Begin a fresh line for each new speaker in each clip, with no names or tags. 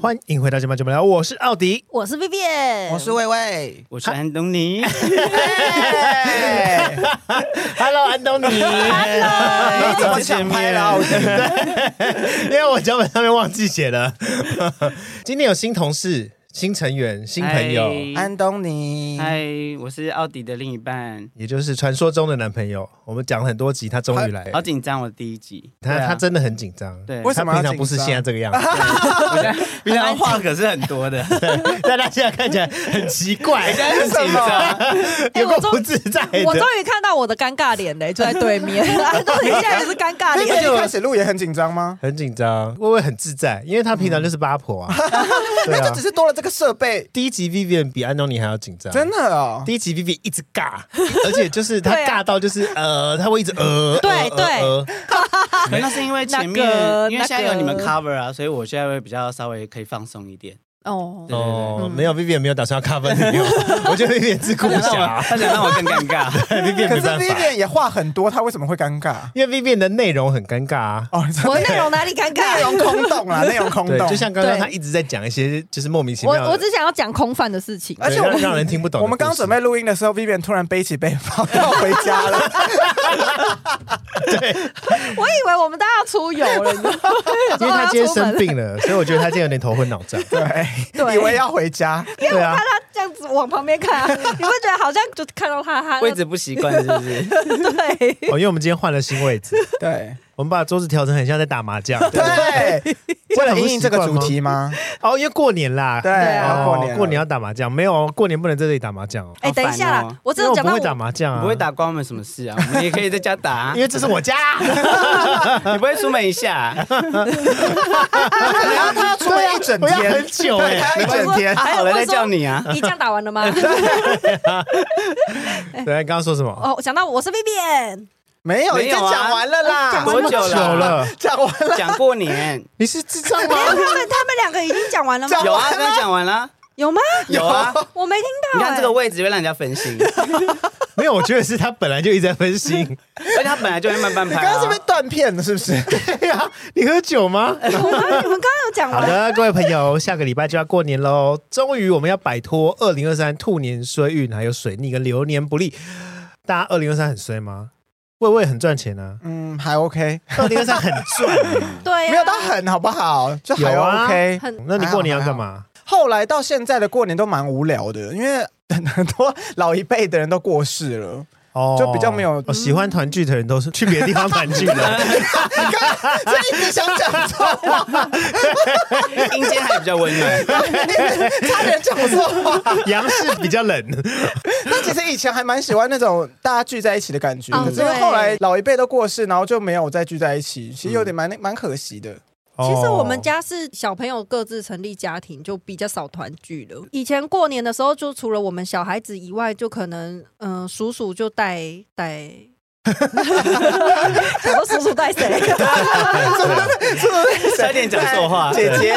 欢迎回到今晚节目来，我是奥迪。
我是 Vivian，
我是魏魏，
啊
我是安东尼，
哎
Hello，安东尼。
你怎么抢拍了奥迪？
因为我脚本上面忘记写了。 今天有新同事、新成员、 新朋友，
嗨
安东尼，
嗨，我是奥迪的另一半，
也就是传说中的男朋友。我们讲了很多集，他终于来
好，紧张，我第一集，
他
对啊
他真的很紧张。
对
为什
他
么要
平常不是
紧张
现在这个样子，
平常话可是很多 的，
但他现在看起来很奇怪，
为什么？
哎
有
我
够
终
不自在的。
我终于看到我的尴尬脸嘞，就在对面，哎就是你现在就是尴尬
那
脸。
你一开始录也很紧张吗？
很紧张，薇薇很自在，因为她
嗯
平常就是八婆啊。对
就
啊
只，是多了这个设备，
第一集 Vivian 比安东尼还要紧张，
真。的哦。
第一集 Vivian 一直尬，而且就是她
对啊
尬到就是呃，她会一直呃，
对
呃
对
呃呃
可那是因为前面
那个，
因为现在有你们
那个
cover 啊，所以我现在会比较稍微可以放松一点。
哦，
对对
哦，没有 Vivian 没有打算要 cover 你哦， 我觉得 Vivian 自顾
他
不
想让我，
暇
他想让我更尴 尬。
，Vivian
可
没
是
办法，
Vivian 也话很多，他为什么会尴尬？
因为 Vivian 的内容很尴尬啊。
哦，真的
我的内容哪里尴
内容
尬？
空洞啦，内容空
对，
洞。
就像刚刚
对
她一直在讲一些就是莫名其
我
妙的，
我只想要讲空泛的事情。
而且
对
我们
让让人听不懂的故事。
我们刚准备录音的时候，Vivian 突然背起背包要回家了。
我以为我们大家要出游了，你知道吗？
因为她今天生
我
病了，所以我觉得她今天有点头昏脑胀。
对，
对
以为要回家，
对啊，
要 出门这样子往旁边看啊，你会觉得好像就看到他，他
位置不习惯是不是？
对，
哦，因为我们今天换了新位置，
对
我们把桌子调成很像在打麻将。
对，为了因应这个主题吗？
哦，因为过年啦，
对，
啊
要过
哦
年了，
过年要打麻将，没有哦过年不能在这里打麻将哦，
哎，等一下
好
啦
烦哦，
我
因
真
为
的
我
讲
不
到
会
我
打麻将啊，
不会，打关我们什么事啊？我们也可以在家打 啊
因，为这是我家啊，
你不会出门一下啊？
然后他要出门一整
我要
天
很，久
对，
哎，
他要一整 天。
还
好
有
了
会
再
说
叫你啊。
你这样打完了吗？
对，刚刚说什么？
哦，讲到我是 Vivian，
没有，已
没
经
有啊
讲完了啦，
多久
这么久了？
讲完了，
讲过年
你是智障吗
没？有，哎他们他们两个已经讲完了吗
讲？
有啊，刚刚讲完了，
有吗？
有啊。
我没听到。
你看这
哎
个位置会让人家分心，而
没有，我觉得是他本来就一直在分心。
且他本来就会慢半
你
拍
刚刚是
啊
被。断片了，是不是？
对呀，你喝酒吗？
哎我们你们刚刚有讲
好
完，
的，各位朋友，下个礼拜就要过年喽，终于我们要摆脱二零二三兔年衰运，还有水逆跟流年不利。大家二零二三很衰吗？魏魏很赚钱啊，
嗯，还 OK，
二零二三很赚。
对啊，
没有到很好不好？就还
有啊
OK。
很
那你过年要干嘛？
后来到现在的过年都蛮无聊的，因为很多老一辈的人都过世了。
哦
就比较没有嗯
哦喜欢团聚的人都是去别的地方团聚 的，
你刚刚一直想讲错话，
阴间还比较温暖。
你差点讲错话。
杨氏比较冷。
但 其实以前还蛮喜欢那种大家聚在一起的感觉，
哦
可是因为
对
后来老一辈都过世，然后就没有再聚在一起，其实有点蛮蛮可惜的。
其实我们
哦
家是小朋友各自成立家庭，就比较少团聚了。以前过年的时候，就除了我们小孩子以外，就可能嗯、呃叔叔就带带。 想说叔叔带 谁？
差点讲错话。
姐姐，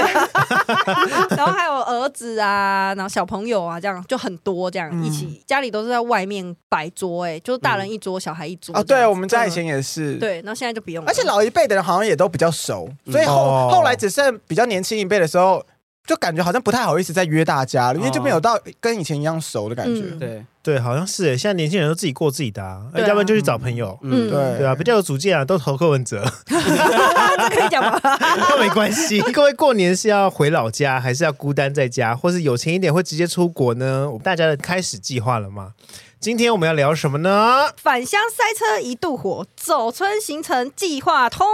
然后还有儿子啊，然后小朋友啊，这样就很多，这样、
嗯
一起家里都是在外面摆桌、哎，就是大人一桌，小孩一桌这
哦，
样子。
对，我们家以前也是。
对，然后现在就不用了。
而且老一辈的人好像也都比较熟，所以后、
哦
后来只剩比较年轻一辈的时候，就感觉好像不太好意思再约大家了，因为就没
哦
有到跟以前一样熟的感觉。
嗯
对，
对，好像是耶现在年轻人都自己过自己的啊，
对啊
要不然就去找朋友。
嗯，
对，
对啊，比较有主见啊，都投柯文哲
这可以讲吗？
都没关系。各位过年是要回老家，还是要孤单在家，或是有钱一点会直接出国呢？我们大家的开始计划了吗？今天我们要聊什么呢？
返乡塞车一度火，走村行程计划通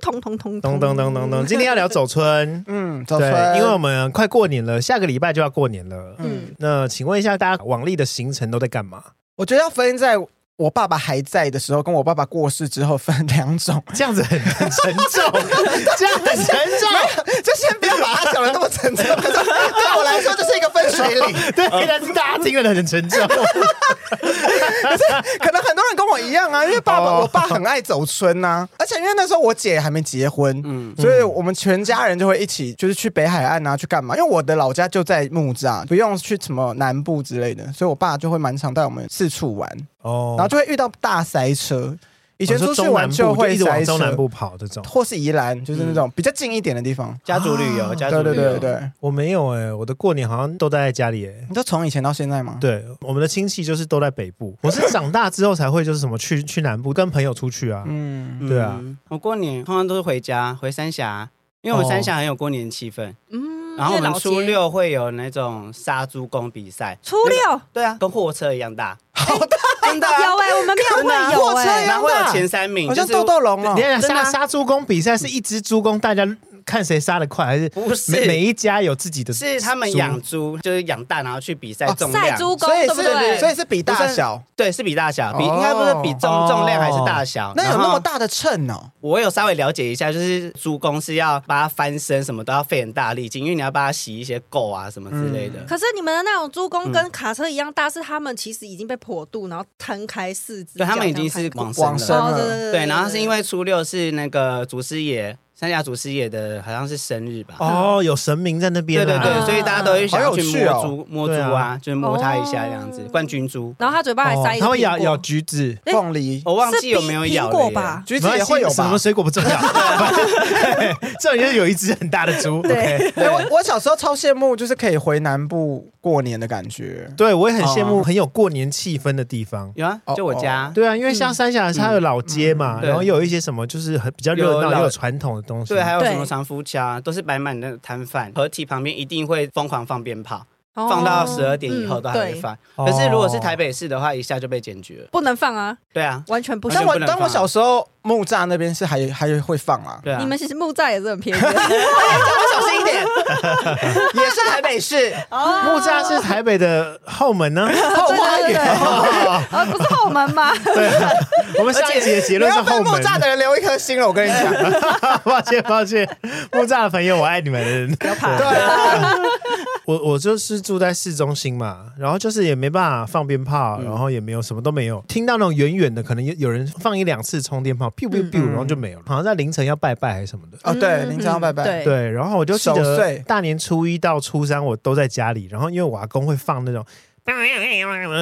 通通通
噔
通
噔噔噔噔，今天要聊走村
嗯， 走
对
村，，
因为我们快过年了，下个礼拜就要过年了。
嗯，
那请问一下，大家往例的行程都在干嘛？
我觉得要分在我爸爸还在的时候，跟我爸爸过世之后分两种，
这样子很很沉重，这样很沉重。
就先不要把他讲的那么沉重， 可是对我来说就是一个分水岭。
对，但是大家听了很沉重。
可能很多人跟我一样啊，因为爸爸、
哦
我爸很爱走村呐、而且因为那时候我姐还没结婚，
嗯
所以我们全家人就会一起就是去北海岸啊，去干嘛？因为我的老家就在木栅，不用去什么南部之类的，所以我爸就会蛮常带我们四处玩，
哦
然后就会遇到大塞车。以前
哦
出
说
去
中南
玩
部
就会
一直往
塞
中南
车，
部跑这种，
或是宜兰，就是那种比较近一点的地方。
家族旅游，
啊
家族
对对
旅游
对，对，
我没有哎、我的过年好像都待在家里哎、
你就从以前到现在吗？
对，我们的亲戚就是都在北部，我是长大之后才会就是什么去去南部跟朋友出去啊，
嗯，
嗯
对啊，
我过年通常都是回家，回三峡，因为我们三峡很有过年气氛。
嗯，
然后
因
我
为
们
老
初
街
六会有那种杀猪工比赛，
初六
对啊，跟货车一样大，好大，真的啊，
有哎，我们庙会有
货车
哎，
呀
然后会有前三名，
好像
嗯就是
豆豆龙哦
你，看
真的啊
杀杀猪工比赛是一只猪公，大家看谁杀的快，还是
不是
每每一家有自己的？
是他们
猪
养猪，就是养大然后去比赛
哦
重
赛
量，
猪公
所以
对不
是所以
对？
是比大小，
对，是比大小，比
哦
应该不是比重重量还是大小。
那有
然
那
后
么？大的秤哦？
我有稍微了解一下，就是猪公是要把它翻身，什么都要费很大力气，因为你要把它洗一些垢啊什么之类的。
嗯
可是你们的那种猪公跟卡车一样大，是他们其实已经被破肚，然后摊开四肢，
对，他们已
脚这
经
样
是
摊开
往生
往
哦，
生
了。
对
了
对对
对，然后是因为初六是那个祖师爷，三峡祖师爷的好像是生日吧？
哦，有神明在那边、
对
啊，
对对，
嗯
所以大家都会想要去
好有趣哦啊
摸猪、摸猪
对
啊，
啊
就是摸它一下这样子，
哦
冠军猪。
然后他嘴巴还塞
哦
一个
他会
苹
咬
果
咬橘子，
哎
凤梨、
我忘记有
是
没有
苹
咬啊
苹果
了耶
吧？
橘子也会有
没关系什
吧
么？水果不重 要，反正重点就是有一只很大的 猪。对，
哎，我我小时候超羡慕，就是可以回南部过年的感觉。
对我也很羡慕
哦
很有过年气氛的地方。
有啊
哦，
就我家。
对啊，因为像三峡它有老街嘛，
嗯嗯
然后又有一些什么就是很比较热
有
闹
老
又有传统的东西。
对，还有什么
对
长夫桥，都是摆满的摊贩，合体旁边一定会疯狂放鞭炮，
哦
放到十二点以后都
嗯
还会
对
放。
哦
可是如果是台北市的话，一下就被检举了。
不能放啊，
对啊，
完全不
完
行
但
全。
我
不能
但我
放
小时候木栅那边是还还会放啦，
对啊，
你们其实木栅也是很便宜的，
小心一 点， 也是台北市。
木栅是台北的后门 呢。
后花
对对对
园。
呃，不是后门吗？
对，我们上一集的结论是
要被
后
木
门。
栅的人留一颗心了，我跟你讲。
抱歉抱歉，木栅的朋友，我爱你们。
不要怕，
对啊，
我我就是住在市中心嘛，然后就是也没办法放鞭炮，
嗯
然后也没有什么都没有，听到那种远远的，可能有人放一两次充电炮，biu biu biu，
嗯
然后就没有了，好像在凌晨要拜拜还是什么的。
哦对，
嗯
林长拜拜。
对
对，然后我就记
守岁
得大年初一到初三我都在家里，然后因为我阿公会放那种，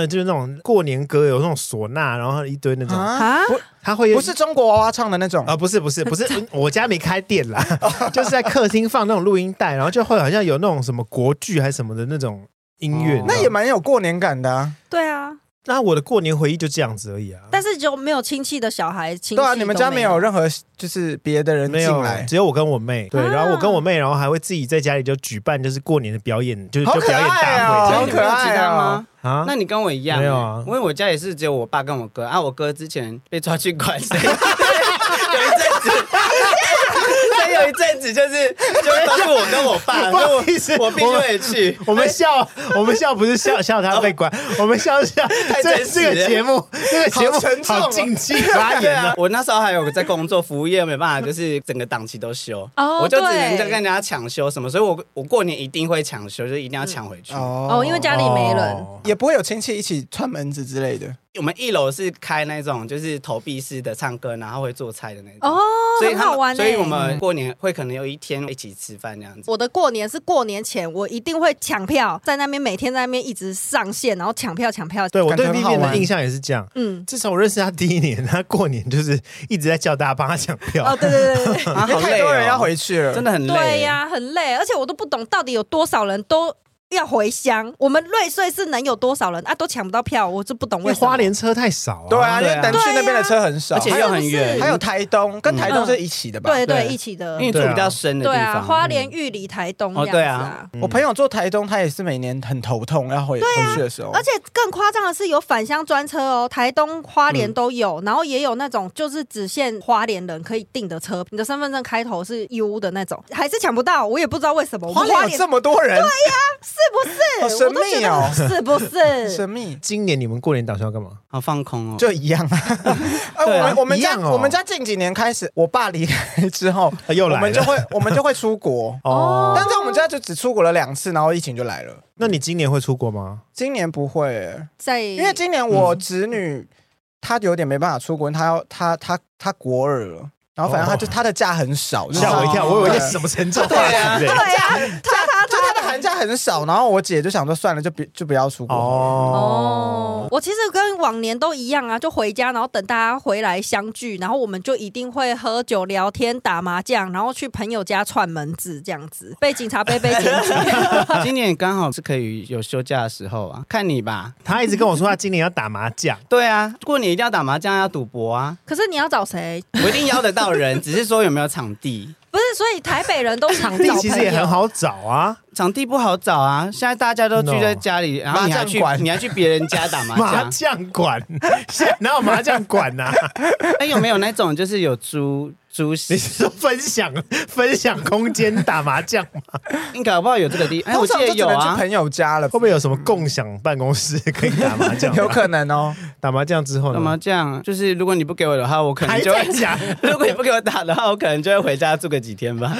就是那种过年歌，有那种唢呐，然后一堆那种，
啊，
啊，
他会
不是中国娃娃唱的那种
啊、，不是不是不 是，嗯我家没开店啦，就是在客厅放那种录音带，然后就会好像有那种什么国剧还是什么的那种音乐。你知
哦
道吗
那也蛮有过年感的啊。
对啊，
那我的过年回忆就这样子而已啊。
但是就没有亲戚的小孩，亲戚
对啊，你们家
都没
没有任何就是别的人
没
进
有啊
来，
只有我跟我妹，对，
啊
然后我跟我妹，然后还会自己在家里就举办就是过年的表演，就是
好
就
可
表演
爱
大
哦
会这样子
好
那你没
可
有
爱
知道
哦
吗？
啊。
那你跟我一样、欸，
没有啊
因为我家也是只有我爸跟我哥啊，我哥之前被抓去管， 所以有一阵子，所以有一阵子就是就都是我跟我 爸，
不好
所
意思
以我我必须得去。
我们笑，我们笑不是笑笑他被关，我们笑笑这
真实
这个
了
节目，这个节目
好沉重哦
好禁忌发
对
言
啊
啊，，
我那时候还有在工作，服务业没办法，就是整个档期都休，
哦
我就只能
对
就跟人家抢休什么，所以我我过年一定会抢休，就一定要抢回去。
嗯
哦，因为家里没人，
哦
也不会有亲戚一起串门子之类的。
我们一楼是开那种就是投币式的唱歌，然后会做菜的那种。
哦，
所以
很
他
好玩
们，
欸，
所以我们过年会可能有一天一起吃饭这样子。
我的过年是过年前，我一定会抢票，在那边每天在那边一直上线，然后抢票抢票。
对我
感觉
对
很
B
好
面的
玩
印象也是这样。
嗯，
至少我认识他第一年，他过年就是一直在叫大家帮他抢票。
哦，对对对 对对。
啊
因为嗯太多人要，回去了，
真的很累。
对、呀、很累，而且我都不懂到底有多少人都要回乡。我们瑞穗是能有多少人啊？都抢不到票，我就不懂
因
为
为
什么
花莲车太少啊。
对啊，因
对
为
啊
南去那边的车很少，
而且
还
又
有
很
是
远，
不
还有台东，跟台东
嗯
是一起的吧？
对对
对
一起的
欸因，为你住比较深的地
对啊，
方，
花莲、玉里、台东
哦
这样子啊
啊。
嗯
我朋友做台东，他也是每年很头痛，要回回去的时候，
啊而且更夸张的是，有返乡专车哦，台东、花
嗯
莲都有，然后也有那种就是只限花莲人可以订的车，你的身份证开头是 U 的那种，还是抢不到，我也不知道为什么。我们
花莲有这么多人，
是不
好
是？
神
我都觉
秘哦
得是不是？
神秘
今年你们过年打算要干嘛？
好放空 哦。
就一样啊。哎，我
对啊
们我们
一
家
样哦
我们家近几年开始，我爸离开之后，
啊又
我
来
们就
了
会我们就会出国，
哦。
但是我们家就只出国了两次，然后疫情就来了。
那你今年会出国吗？
今年不会欸，
在
因为今年
嗯
我侄女她有点没办法出国，她要她她她国二了，然后反正她就她的假很少，就是
哦吓我一跳，
哦
我以为是什么沉重话题
对
嘞。
啊，他他
就她的寒假很少，然后我姐就想说算了，就别就不要出国。
哦
哦，，我其实跟往年都一样啊，就回家，然后等大家回来相聚，然后我们就一定会喝酒聊天、打麻将，然后去朋友家串门子这样子，被警察背背警 局。
今年刚好是可以有休假的时候啊，看你吧。
他一直跟我说他今年要打麻将，
对啊，过年一定要打麻将，要赌博啊，
可是你要找谁？
我一定邀得到 人，只是说有没有场地。
不是，所以台北人都 是
场地其实也很好找啊，
场地不好找啊，现在大家都聚在
No
家里，然后你还
麻
去
将馆
你还去别人家打麻
麻
将。
将馆， 现在哪有麻将馆呐、啊？
哎，有没有那种就是有租租
你
席？
是说分享分享空间打麻将，会
你搞不好有这个地，哎，
通
我记
常
得
就只
有
能去
啊。
朋友家了，
不会有什么共享办公室可以打麻将？ 啊
有可能哦。
打麻将之后
干嘛
呢？
这样？就是如果你不给我的话，我可能
嗯还
就
在
会。
讲，
如果你不给我打的话，我可能就会回 家住个几天吧，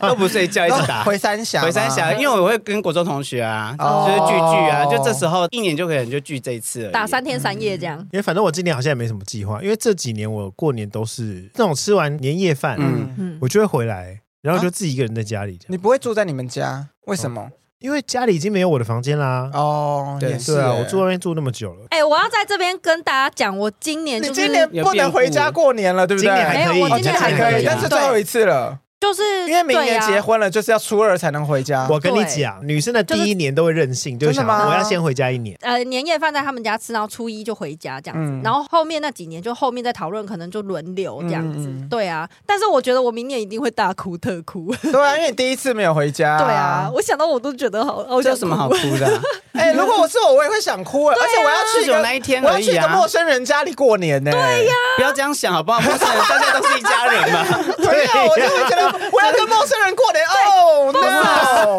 都不睡觉一
然后
直打。
回三峡吗，
回三峡，因为我会跟国中同学啊，
哦
就是聚聚啊，就这时候一年就可能就聚这一次而已。
打三天三夜这样。
因为反正我今年好像也没什么计划，因为这几年我过年都是那种吃完年夜饭，
嗯
嗯，
我就会回来，然后就自己一个人在家里这样，
你不会住在你们家，为什么？
因为家里已经没有我的房间啦。
哦，
对
也是
对啊，
欸
我住外面住那么久了，
哎、我要在这边跟大家讲，我今年
你
就是
今年不能回家过年了，对不对？
今年还
没有，我
可以啊
今年
还可以，啊
回家
但是最后一次了，
就是
因为明
对
年
啊
结婚了，就是要初二才能回家。
我跟你
对
讲，女生的第一年都会任性，就想
啊真的吗
我要先回家一年。
呃年夜饭在他们家吃，然后初一就回家这样子，
嗯
然后后面那几年就后面再讨论，可能就轮流这样子。
嗯嗯嗯
对啊，但是我觉得我明年一定会大哭特哭。
对啊，因为你第一次没有回家。
对啊，，我想到我都觉得好，好
这
想
有什么好
哭？
哭的啊？
哎，如果我是我，我也会想哭，哎而且我要去
是
一
有
个
那一天
我要
而
去
已
一个
啊
陌！生人家里过年呢。对呀，
不要这样想好不好？陌生人大家都是一家人嘛。
对呀，我就会觉得 我要跟陌生人过年哦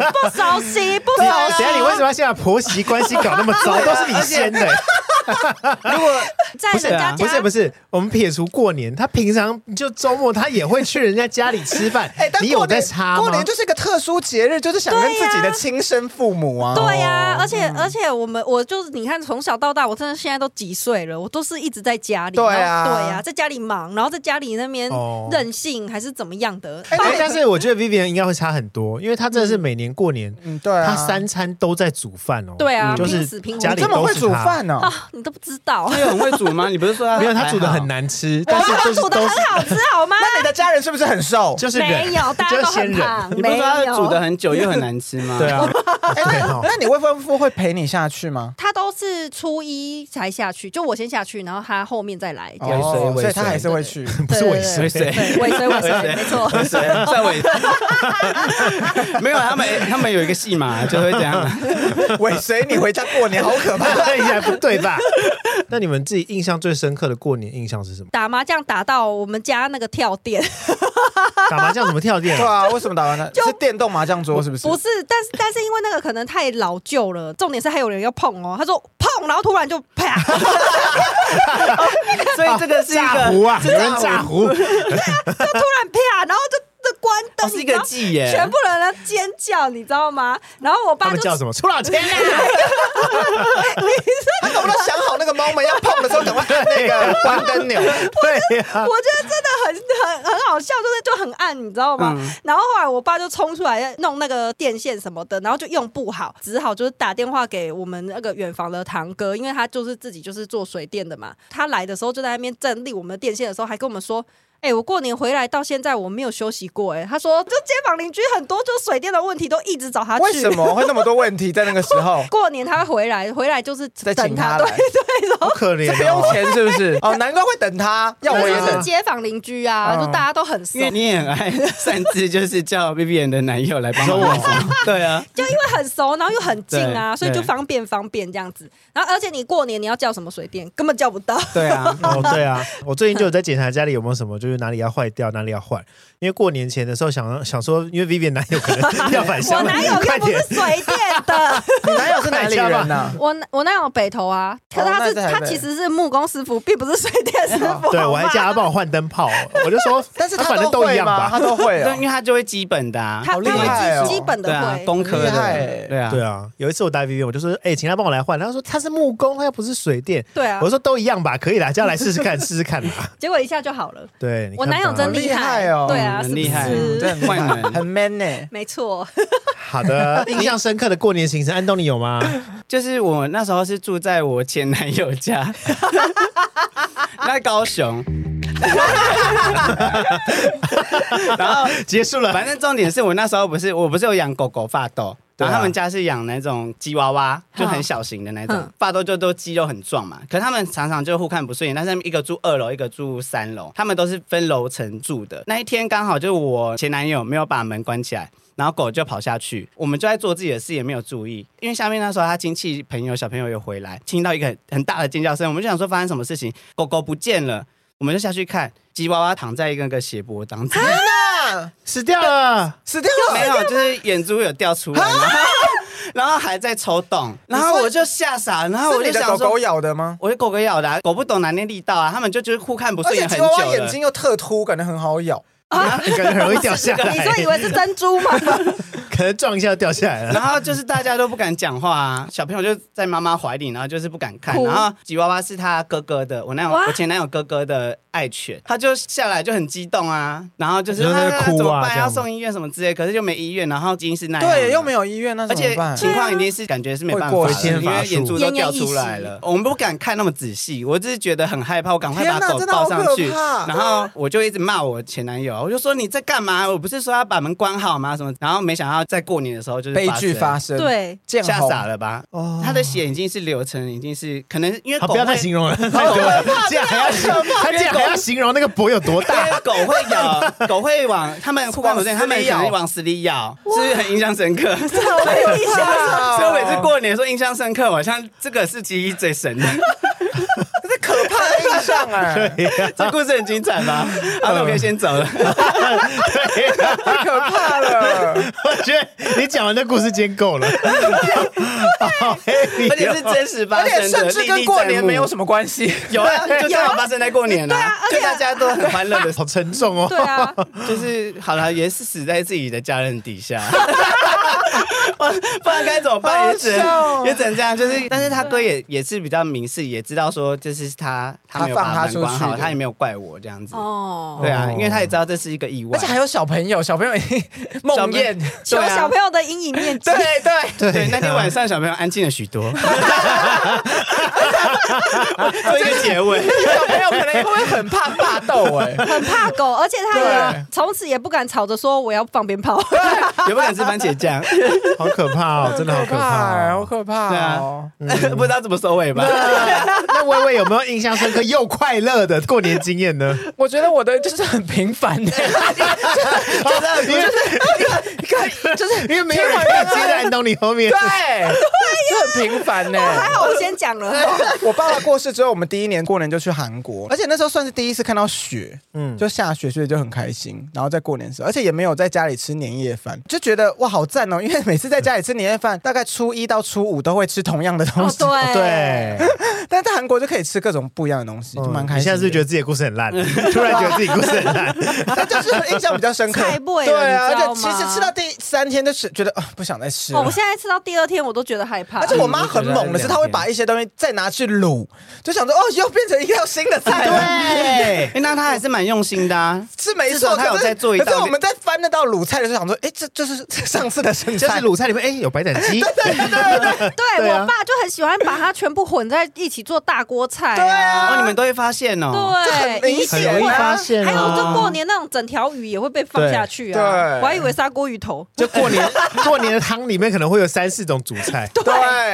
，no，
不熟悉，不
对
啊
熟
等一下你为什么要现在婆媳关系搞那么 糟？都是你先的、
如果
悉，在
不是
人家
啊
家
不是不是，我们撇除过年，他平常就周末他也会去人家家里吃饭。
哎，但
你有
过
在
年
差吗？
过年就是一个特殊节日，就是想跟自己的亲生父母啊。
对呀、而且、而且我们我就是你看从小到大，我真的现在都几岁了，我都是一直在家里，
对
然
啊
后对呀、在家里忙，然后在家里那边
哦
任性还是怎么样的，
哎
哎但是我觉得 Vivian 应该会差很多，因为他真的是每年过年，
嗯，对啊，
他三餐都在煮饭哦。
对啊，
就
拼
是
死拼活
家里
这么会煮饭哦呢？
啊，你都不知道，
他有很会煮吗？你不是说他
没有他煮的很？难吃，但是 就是
煮的
都是
很好吃好吗？
那你的家人是不是很瘦？
就是
没
人，
有，大家
就
都
是先
很
忍。
胖，
你不是
没
说他
有
煮的很久又很难吃吗？
对，啊，
哎
对
那
哦
那你未婚夫会陪你下 去吗？
他都是初一才下去，就我先下去，然后他后面再来。这样
尾随
哦
尾
所以他
随
还是会 去。
不是尾随
尾随
对尾随尾随，没错。
尾随算尾，没有他们他们有一个戏嘛，就会这 样。
尾随你回家过年，好 可怕！
看起来不对吧？ 那你们自己印象最深刻的过年印象是什 么？
打麻将打到我们家那个跳电，
打麻将怎么跳电
对？ 啊，为什么打完呢？
就是
电动麻将桌是不是？
不是，但是但是因为那个可能太老旧了，重点是还有人要碰哦，他说碰，然后突然就啪，
所以这个是一
炸
个
胡啊，
是
有人炸胡，
就突然啪，然后就就关灯，
哦是
你
一
知
个
道
技耶，
全部人在尖叫，你知道吗？然后我
他
爸
们
就
叫什么？出老千啊！
他能不能想好那个 moment 要碰的时候， 赶快按那个关灯钮？
对呀、
我觉得真的很很很好笑，就是就很暗，你知道吗？
嗯
然后后来我爸就冲出来弄那个电线什么的，然后就用不好，只好就是打电话给我们那个远房的堂哥，因为他就是自己就是做水电的嘛。他来的时候就在那边整理我们的电线的时候，还跟我们说。哎、我过年回来到现在我没有休息过、哎，他说，就街坊邻居很多，就水电的问题都一直找他去。？
为什？么会那么多问题在那个时候
过年他会回来，回来就是
再
等
请他
对
来
对，然后
好可怜、
这
哦，
不用钱是不是？ 哦，难怪会等他，要我也
就是
等。
街坊邻居啊，
嗯
就大家都很熟
因为你也很爱擅自就是叫 B B 人的男友来帮
说我
忙， 对啊，
就因为很熟，然后又很近啊，
对
所以就方便方便这样子。然后而且你过年你要叫什么水电，根本叫不到。
对啊，
哦，对啊，我最近就有在检查家里有没有什么，就是哪里要坏掉，哪里要换。因为过年前的时候想想说，因为 Vivian 男友可能要返
我
乡了，
男友
哎快
又不
点
是水电的，
你男友是哪里人啊呢？
我我男友北投啊，可是他是、
那在台
他
北
其实是木工师傅，并不是水电师傅。啊
对我还叫
加
他帮我换灯泡，哦我就说，
但是
他
他
反正
都
都一
会
样
吗？他
吧。
都会
对，因为
哦。
他就会基本的啊，
他
好厉害
他
哦
会基基本
对
的
啊
会，，
工科
很厉害
的，对啊，
对啊，有一次我带 Vivian，我就说，哎、请他帮我来换。他说他是木工，他又不是水电。
对啊
我，说都一样吧，可以啦，叫来试试看，试试看啦。
结果一下就好了。
对，对，你
我
看
男友
吧
真厉
好厉害哦
对啊，
很厉害
是不是
嗯
真的
万能
很 man 欸呢、
没错，
好 的，印象深刻的过年行程，安东尼有吗？
就是我那时候是住在我前男友 家，在高雄。然后，
结束了，
反正重点是我那时候不是，我不是有养狗狗发豆，
对啊
然后他们家是养那种吉娃娃，
嗯
就很小型的那
嗯
种，发豆就都肌肉很壮嘛。可是他们常常就互看不顺眼，但是他们一个住二楼，一个住三楼，他们都是分楼层住的。那一天刚好就是我前男友没有把门关起来，然后狗就跑下去，我们就在做自己的事，也没有注意，因为下面那时候他亲戚朋友小朋友有回来，听到一个很很大的尖叫声，我们就想说发生什么事情，狗狗不见了，我们就下去看，吉娃娃躺在一个个血泊当中，
死掉了，
死掉 了，
没有，就是眼珠有掉出来，然后 然后还在抽动，然后我就吓傻，然后我
是
就
你的
想
狗狗
说。
咬的吗？
我的狗狗咬的啊、狗不懂拿捏力道啊，他们就就是互看不
而
顺
且
眼很
吉
久
娃娃
了。
眼睛又特凸，感觉很好咬。
你感觉很容易掉下来，
你说以为是珍珠吗？
可能撞一下掉下来了。
然后就是大家都不敢讲话啊，小朋友就在妈妈怀里，然后就是不敢看。
哭
然后吉娃娃是他哥哥的，我那
哇
我前男友哥哥的爱犬，他就下来就很激动啊，然后就是
就在那
啊
哭啊
怎么
这
办？
样
要送医院什么之类，可是又没医院，然后已经是那样，
对，又没
有。
有医院，那
而
怎
且
么办？
情况一定是感觉是没
会
办法
过
的，
世
因为眼珠都掉出来
奄奄一
了，我们不敢看那么仔细，我只是觉得很害怕，我赶快
天
把
哪，
狗
真的好
抱上
可
去，
怕！
然后我就一直骂我前男友，我就说你在干嘛？我不是说要把门关好吗？什么？然后没想到在过年的时候就是
悲剧
生
发生，，
对，
见
吓
红
傻了吧？
哦
他的血已经是流成，已经是可能因为
好，
狗
不要再
会
形容了，太多了。这样还要形，他这样还要形容那个博有多
因
大？
为狗会咬，狗会往他们互关不正，
往死里
他们可能
咬
往死里咬，是不是很印象深刻？ 所
好有印
啊
象
以我每次过年的时候印象深刻，好像这个是记忆最深的。
这可怕的印象 哎，
这故事很精彩 吧？
嗯
好，那我可以先走了。
太可 怕了。
我觉得你讲完这故事今天够 了，好黑
而且是真实发
而
生
且
的，
甚至跟过年没有什么关系。
有啊，就正好发生在过年啊，就大家都很欢乐的时
好沉重哦。
对啊，
候，就是好了，也是死在自己的家人 底下，不然该怎么办？也只
好好笑哦
能也只能这样，就是，但是他哥也也是比较明示，也知道说，就是他他没有把门
他
关
放他出
好，
去
他也没有怪我这样子，
哦，
对啊
哦，
因为他也知道这是一个意外
而且，还有小朋友，小朋友梦 魇，
求
对啊
小朋友的阴影面积
对。啊对，
对，啊那天晚上小朋友安静了许 多，做一个结尾。
小朋友可能会很怕霸斗 哎。
很怕狗，而且他
对
也从此也不敢吵着说我要放鞭 炮。
也不敢吃番茄酱，
好可怕哦，真的好可
哎
怕
好
哦。
可怕哦！
不知道怎么收尾吧？
那微微有没有印象深刻又快乐的过年经验呢？
我觉得我的就是很平凡欸的，
因为
就是
因为没有人可以接在安东尼后面
对，，就很平凡欸呢。
还好我先讲了，
我爸爸过世之后，我们第一年过年就去韩国，而且那时候算是第一次看到雪，
嗯，
就下雪，所以就很开心。然后在过年的时候，而且也没有在家里吃年夜饭，就觉得哇好赞哦！因 为每次在家里吃年夜饭，大概初一到初五都会吃同样的东
哦
西，
对
对，
但在韩国就可以吃各种不一样的东西，就蛮
嗯
开
你
心的。
现在是不是觉得自己的故事很 烂，突然觉得自己故事很烂，
但就是印象比较深刻，
太贵了
对啊，
你知道
而
吗
且其实吃到第三天就是觉得啊、不想再吃了。
哦我现在吃到第二天我都觉得害怕
而。且我妈很猛的是，她会把一些东西再拿去卤，就想说哦，又变成一道新的菜了。
对，那他还是蛮用心的啊。
是没
至
错，
少她有
可是
在做一道
可是我们在翻那道卤菜的时候，想说，哎，这就是上次的剩
就是
菜，
卤菜里面哎有白斩 鸡，
对
对啊
我爸就很喜欢把它全部混在一起做大锅菜。
对啊
哦，你们都会发现哦。
这
对，
很
一定
明显
很容易
会
发现
还有
啊。
就过年那种整条鱼也会被放下去啊，
对对
我还以为砂锅鱼头。
就过年过年的汤里面可能会有三四种主菜，
对。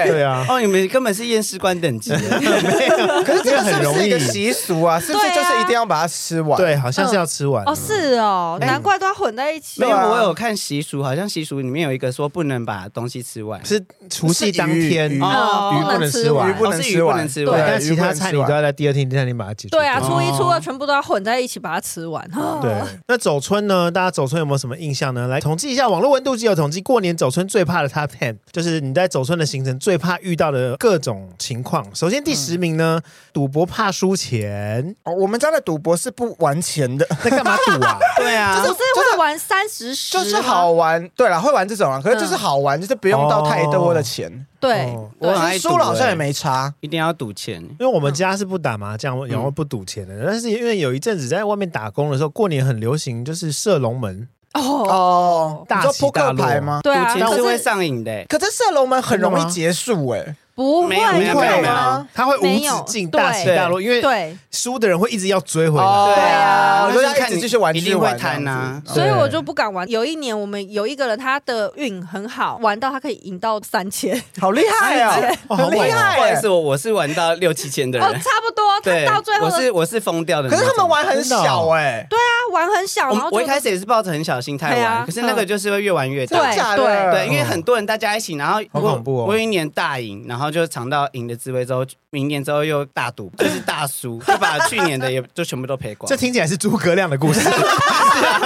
对 啊，
哦，你们根本是验尸官等级，
因为
可是这个是
很
不
容
是一
易
个，习俗啊？是不是
对啊
就是一定要把它吃完？，
对，好像是要吃完
哦，是哦，
哎
难怪都要混在一起。
没有，
对啊
我有看习俗，好像习俗里面有一个说不能把东西吃完，
是除夕当天
是鱼鱼
哦
鱼不能吃完
鱼不能
哦是鱼
吃完，
不能吃
对，
完
但
鱼
其
不
他
能
菜
吃
你
完
都要在第二天、第三天把它解决。
对啊，初一、
哦
初二全部都要混在一起把它吃完。
对，那走春呢？大家走春有没有什么印象呢？来统计一下，网络温度计有统计过年走春最怕的 Top Ten，就是你在走春的行程最怕遇
嗯
到的各种情况。首先第十名呢，赌博怕输钱，
哦我们这样的赌博是不玩钱的，
那干嘛赌啊？
对啊，
不是哦会玩三十啊十，
就是好玩。对了，会玩这种啊，可是就是好玩，就是不用到太多的钱，
对
哦
我很爱赌
输了好像
欸
也没差。
一定要赌钱。
因为我们家是不打麻将，然后不赌钱的。
嗯
但是因为有一阵子在外面打工的时候，过年很流行就是射龙门，
哦，
哦，你
大
说
起
扑
大
克
落
牌吗？
对啊，
赌钱
可
是会
是
上瘾的欸，
可是射龙门很容
真的
易
吗
结束哎、
不会
没有没有没有
会啊
没有
吗？
它会无
哦没
止
有
境
对
大起大落，因为
对，哦
输的人会一直要追回来。
对
啊
啊，
我
就
就是一
看
直
你
继续玩，
一
继续
定会
玩这样
贪啊
子
对
所以我就不敢玩。有一年我们有一个人，他的运很好，玩到他可以赢到三千，
好厉害啊，
哦
很
好猛
厉
哦
害、
不好意
欸
思，。我我是玩到六七千的
哦，
人，
差不多。他
对，
到最后
我
的
是我是疯掉的那
可
种。
是他们玩很
真的哦
小哎、
对啊，玩很小，然
我
后
我一
就
开始也是抱着很小心态
对啊
玩，可是那个就是会越玩越
真
大。
的假的？
对
对，因为很多人大家一起，然后
嗯好恐怖哦
我我有一年大赢，然后就尝到赢的滋味之后，明年之后又大 赌，就是大输，就把去年的也就全部都赔光。
这听起来是诸葛亮的故事，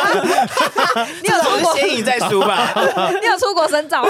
你有出
我
国
是，先赢再输吧。
你有出国深 造吗，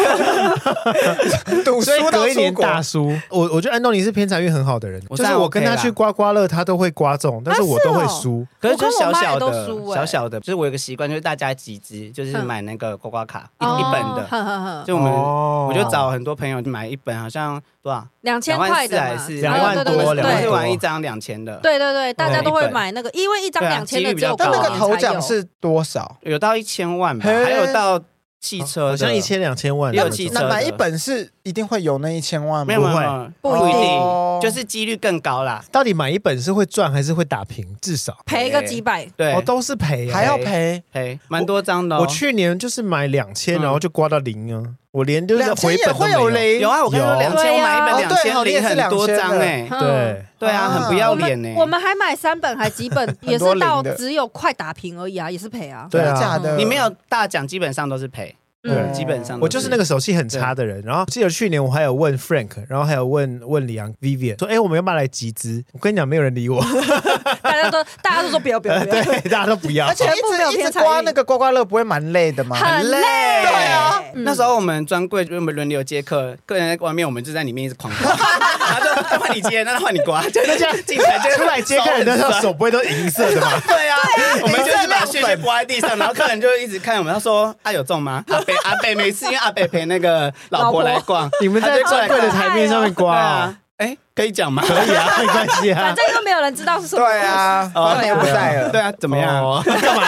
赌
所以
输到
隔一
出
年
国，
大输。我我觉得安东尼是偏财运很好的人，
我
就是
算
我跟
OK
他
啦
去刮刮乐，他都会刮中，但是我都会
啊是哦
输。
可是就
我跟
小
我妈
小
也都
的
输、欸
小小的，就是我有个习惯，就是大家集资，就是买那个刮刮卡、
哦
一一本的，
的
就我们、
哦
我就找很多朋友买一本，好像多少
两千
两
块
万四
的
还
嘛，
是
两万多
嗯对对对
两
我
万
是
多
玩一张两千的，，
对对对，大家都会
一本
买那个，因为一张
对啊
两千
几
的
率
只
比
有
较
但
高
那
高
个
年
头
才有
奖是多少？
有到一千万吧，
嘿
还有到汽车
好
的，
像一千两千万，
也有汽车
那
那
的
买一本是一定会有那一千万吗？
没有没有
不会
不
没有
一
不一
定
定，
哦
就是几率更高啦。
到底买一本是会赚还是会打平？至少
赔个几百，
对，
哦都是赔啊，
还要赔
嘿，蛮多张的、哦。
我去年就是买两千，
嗯
然后就刮到零啊，我连就是
两
回
千也
本都
会
没有
有。雷
有啊，我跟你说
有
两千，
对
我买
啊
一本
哦
两
对哦
千，
你也
零
是
很多张哎、
嗯
对，
对啊，很不要
我们
脸哎、
我们还买三本还几本，也
多
是
零
到
的
只有快打平而已啊，也是赔啊。
对啊
假的，
你没有大奖，基本上都是赔，
嗯
对
基本上
我就是那
个。
个手气很差的人。然后记得去年我还有问 Frank，然后还有问问李阳 Vivian 说：“哎，我们要不要来集资？”我跟你讲，没有人理我，
大家都大家都说不要不要不 要，
对，大家都不要
而。且
全部没有
一直一
偏
直
财运
刮那个刮刮乐，不会蛮累的吗？
很累。对
啊
嗯
那时候我们专柜我们轮流接客，客人在外面，我们就在里面一直狂 刮，然后就换你接，那换你刮，就这样进来就
出来接客人的时候，手不会都银色的吗？
对啊，我们就是把屑屑拨在地上，然后客人就一直看我们，他说：“啊，有中吗？”阿北阿北每次因为阿北陪那个老婆来逛，
你们在
他就过
专
来
柜的
看
台面上面
对
刮啊
啊，哎，可以讲吗？
可以啊，没关系啊
反。正又没有人知道是什么。
对，啊，反正也不在了。
对啊，怎么样？
哦
干嘛？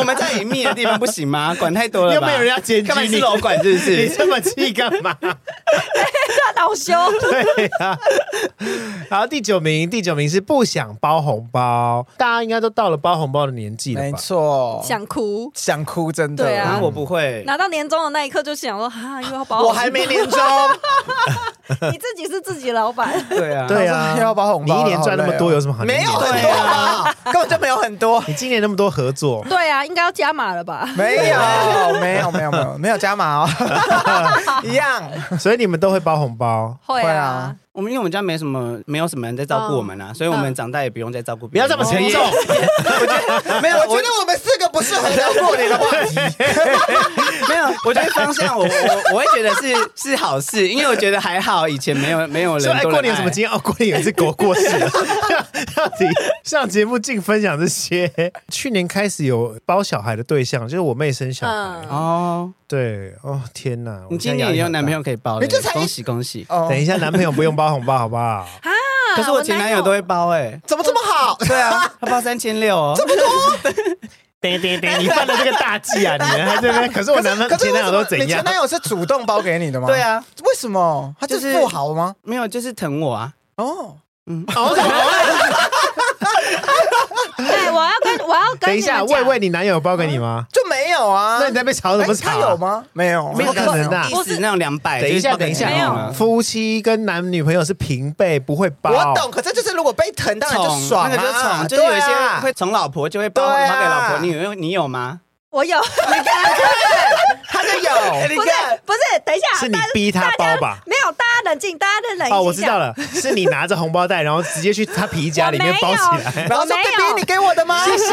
我们在隐秘的地方不行吗？管太多了
又
吧？
没有人要检举
干嘛你
你
是楼管是不
你
是？
这么气干嘛？
大恼羞。
对呀、好，第九名，第九名是不想包红包，大家应该都到了包红包的年纪了
没
吧？
错，
想哭，
想哭，真的。
对
嗯
啊，
啊
我不会。
拿到年终的那一刻就想说，哈，又要包
我还没年终，
你自己是自己老 板，
对啊，
对啊，
又要包红
你
包了，
一年赚那么多有什么好
没有
念的
很多啊，根本就没有很多。
你今年那么多合 作，
对啊，应该要加码了吧？
没有，没有，没有，没有，没有加码哦，一样。
所以你们都会包红包。
会
会啊
啊，
我们因为我们家没什么，没有什么人在照顾我们
嗯
啊，所以我们长大也不用再照顾
不
别
要
人。
这么沉重，
没有，我觉得我们四个不适合聊过年的话题。
没有，我觉得方向我我我会觉得是是好事，因为我觉得还好，以前没有没有人
说哎，
多人
过年有
爱
什么经验？哦，过年有一只狗过世了。 到底上节目净分享这些。去年开始有包小孩的对象，就是我妹生小孩。
嗯，
哦，
对，哦天哪，
你
我现在
今
压
年
力
也有
好大
男朋友？可以包了，
你这才一
恭喜恭喜！
哦
等一下，男朋友不用包红包，好不 好？
可啊是我前男友都会包哎，
怎么这么好？
对啊，他包三千六哦，
等等等，你犯了这个大忌啊！你们还在那边， 可是我
可
男
是
朋
可
友
是
前
为
男友
什么
都怎
你前
样？
男友是主动包给你的吗？
对，啊，
为什么？他就是
就是
富豪吗？
没有就是疼我啊，
哦，
哦，
怎么
对，我要跟我要跟
等一
你
下，
们
魏
讲，
魏，你男友有包给你吗？
就没有啊。
那你在被吵什么
哎
吵啊？
他有吗？没有，
没有
怎
可
么
能啊
不是那种两百，
等一下，等一
没
下，
有
啊
夫妻跟男女朋友是平辈，不会包。
我懂，可是就是如果被疼，当然就
宠
爽
那个就
啊，
宠，就是有一些
对啊
会宠老婆就会包包
对
给
啊
老婆，你有你有吗？
我有，
他就有，你
不是
看，
不是，等一下，
是你
大家
逼他包吧？
没有，大家冷静，大家冷静。
哦，我知道，了，是你拿着红包袋，然后直接去他皮夹里面包起来。
然后说
我没有
baby 你给我的吗？谢谢。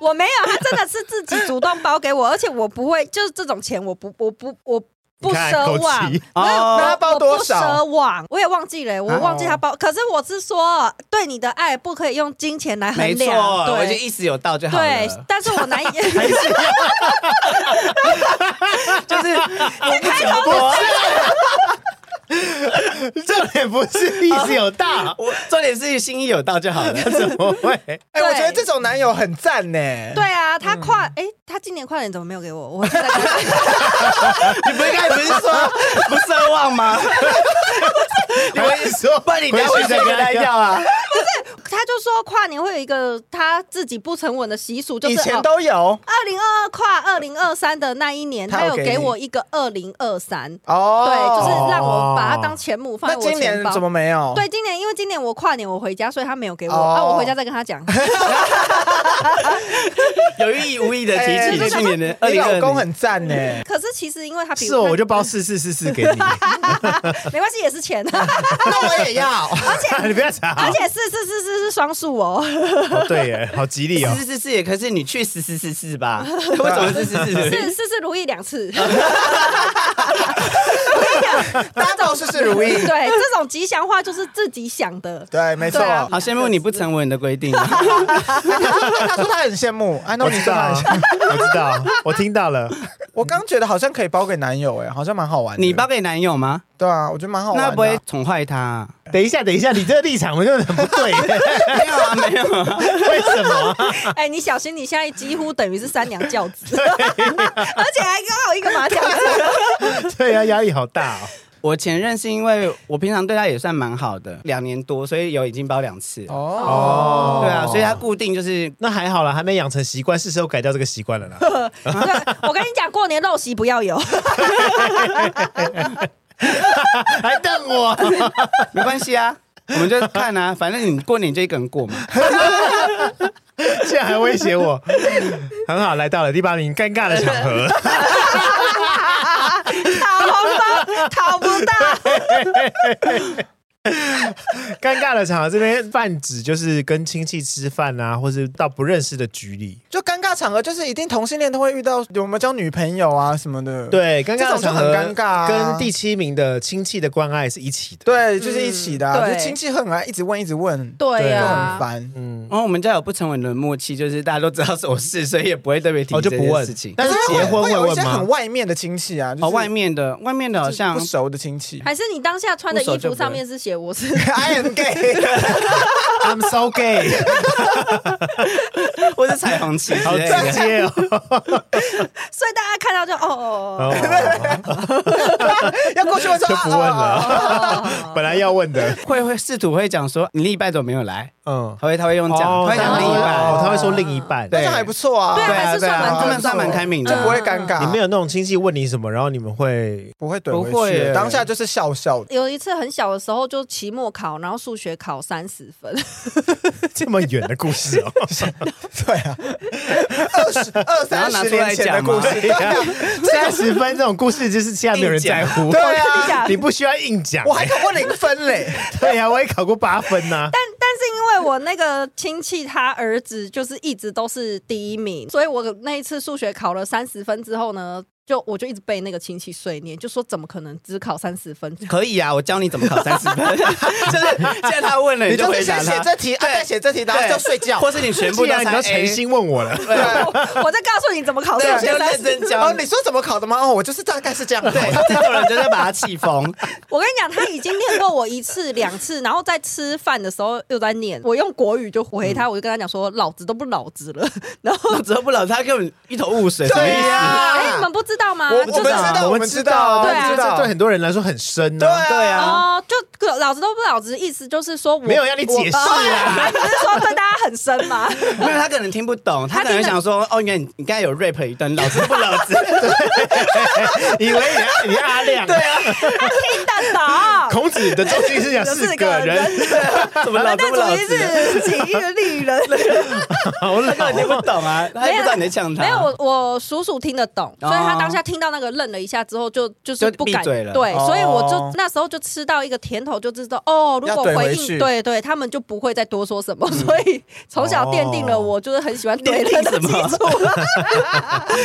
我没有，他真的是自己主动包给我，而且我不会，就是这种钱，我不，我不，我
你
不
看
奢
口
望
气。
没有
哦
我
那他包多少
我不奢望，我也忘记了，我忘记他包。可是我是说，对你的爱不可以用金钱来
没
衡
错，
量。
我就
对
意思有到就好了。
对，但是我难以。
就是 我 不想多。，
重点不是意思有大
我重点是心意有到就好了。
怎么会？
哎、我觉得
对
这种男友很赞呢、
对，啊，他跨哎，他今年跨年怎么没有给我？我是在
你不是刚才不是说不奢望 吗？
你会说
不然你等一下
回
为
去
什
再
么
跟
跟
他
他
要
要啊？
他就说跨年会有一个他自己不成文的习俗，就
以
是哦
前都有
二零二二跨二零二三的那一年，
他
他
有
有
给
给
你
我一个二零二三，
哦，
对，就是让我把它当钱母放
那
在我
今
钱
年
包
怎。么没有？
对，今年因为今年我跨年我回家，所以他没有给我，
哦
啊，我回家再跟他讲。
有意无意的提
哎
起去年的二
你
零
老
二
公
零，
很赞呢、
可是其实因为他比
哦
是我，
他
我就包四四四四给 你，
没关系，也是 钱，
那我也要，
你不要吵。
而且是是是是是双数哦。
哎
哦对耶，好吉 利哦。
是是是也，可是你去十十十 四吧？为
啊
什么是十十
是
四？
事事如意两次。
哦
我跟你讲，
大家都事事如意。
对这种吉祥话就是自己想的。
对，没错。哎
对 啊
好羡慕你不成文的规定，啊
他说他很羡慕，哎安
我
东尼
知
说
道
他很
啊
羡 慕。，
我知道，我听到了。
我刚觉得好像可以包给男友、哎，好像蛮好玩的。
你包给男友吗？
对啊，我觉得蛮好玩的啊。
那不会宠坏他？啊
等一下，等一下，你这个立场我就很不对耶，
没有啊，没有 啊。
为什么？
哎、你小心，你现在几乎等于是三娘教子， 而且还刚好一个马甲子。
对啊，压力好大哦。
我前任是因为我平常对他也算蛮好的，两年多，所以有已经包两次了。
哦，
对啊，所以他固定就是
那还好啦，还没养成习惯，是时候改掉这个习惯了啦。
对，我跟你讲，过年陋习不要有。
还瞪我，
没关系 啊，我们就看啊，反正你过年就一个人过嘛。
现在还威胁我。很好，来到了第八名，尴尬的场 合。
讨红包讨不到，
尴尬的场合这边泛指就是跟亲戚吃饭啊，或是到不认识的局里。
就尴尬场合，就是一定同性恋都会遇到，有没有交女朋友啊什么的。
对，尴尬的
这种就
场
很
合
尴尬啊
跟第七名的亲戚的关爱是一起的。
对，就是一起的啊、
嗯
就
对
是亲戚很爱一直问，一直问，
对
就
呀、
很
啊。
烦。
嗯，
然后我们家有不成文的默契，就是大家都知道是我是，所以也不会特别提
哦就
这
不
件
问
事情。
但是结婚
会
会
有一
问
些
吗
很？外面的亲戚啊，就是
哦，外面的，外面的好像
不熟的亲戚。哎
还是你当下穿的衣服上面是写我是
I am gay，
I'm so gay，
我是彩虹旗之
好
类
直
的。
接哦。
所以大家看到就哦 哦
哦
要过去问说
就不问了
啊
哦哦，
本来要问的，
会会试图会讲说你另一半怎么没有来，
嗯，
他会他会用讲，他会讲另一
哦
半，
他会说另一半。
这样还不错啊，
对啊还是
对
算蛮
啊，
尊
他们
重
算蛮开明
就不
的。
会尴尬，
嗯
你们有那种亲戚问你什么，然后你们会
不会怼
不
回去
会耶
当下就是笑笑 的。
有一次很小的时候，就期末考，然后数学考三十分，
这么远的故事哦？
对啊，二十二三十年前的故事，
对
对
呀
啊，，
三十分这种故事就是现在没有人在乎，
对
我跟你
啊，
讲
你不需要硬讲
我。还考过零分嘞，
对呀，我也考过八分呐。
但是因为我那个亲戚他儿子就是一直都是第一名，所以我那一次数学考了三十分之后呢，就我就一直被那个亲戚碎念，就说怎么可能只考三十分？
可以啊，我教你怎么考三十分。就是现在他问了，
你
你
就
就是回答
先写
他，
这题，啊再写这题，然后
对
就睡觉
或。是你啊哎全 部
既
都
然你都
要
诚，心问我了，
对啊，
我我在告诉你怎么考数
对，
学
就
三
认
十。
真教
哦，。你说怎么考的吗？哦，我就是大概是这样考
对，哎这种人就是把他气疯。
我跟你讲，他已经念过我一次两次，然后在吃饭的时候又在念。我用国语就回他，我就跟他讲说：“老子都不老子了。”然后
老子都不老，他根本一头雾水，什么意
对
思？
哎，你
呀
们，不知道吗？
我
就是
我们知道
我们知道，我
我们知道对啊
们知道这对很多人来说很深
对
呢。
啊，
对啊
哦，就老子都不老子，意思就是说我
没有要你解释啦
我哦你是说对大家很深吗？
没有，他可能听不懂，他可能想说，哦，原来你你刚才有 rap 一段，老子不老子，
以为你要你要阿亮，对啊，
他听得懂。
孔子的中心思想
有
是
四
个
个
人，
人，
怎么老
反
子
正
不
主
老
义是
子？
己欲立 人。
好
他根
老
本听不懂啊，他也不知道你在呛他。
没有，我我叔叔听得懂，所以他当当下听到那个愣了一下之后就，就是
就
不敢
闭嘴了
对，
哦
所以我就那时候就吃到一个甜头，就知道哦，如果
要怼回
回
去
应对对，他们就不会再多说什么，所以从小奠定了我就是很喜欢怼人的
奠定什
基
么
础了。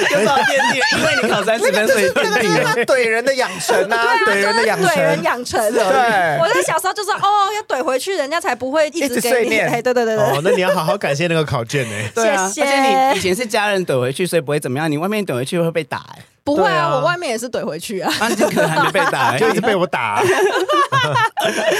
就是要奠定，因为你考三十分，所以
那个
奠
就
定
是。他怼人的养成啊，怼人的养
对人
成。
养成，
对
我在小时候就说哦，要怼回去，人家才不会一
一直
直给
碎
你。
念
哎，对对对对，
哦，那你要好好感谢那个考卷呢、
对啊，
谢谢
而且你以前是家人怼回去，所以不会怎么样。你外面怼回去会被打、欸，
不会
对
啊，
啊
我外面也是怼回去啊。
啊，你可能还没被打、欸，
就一直被我打、啊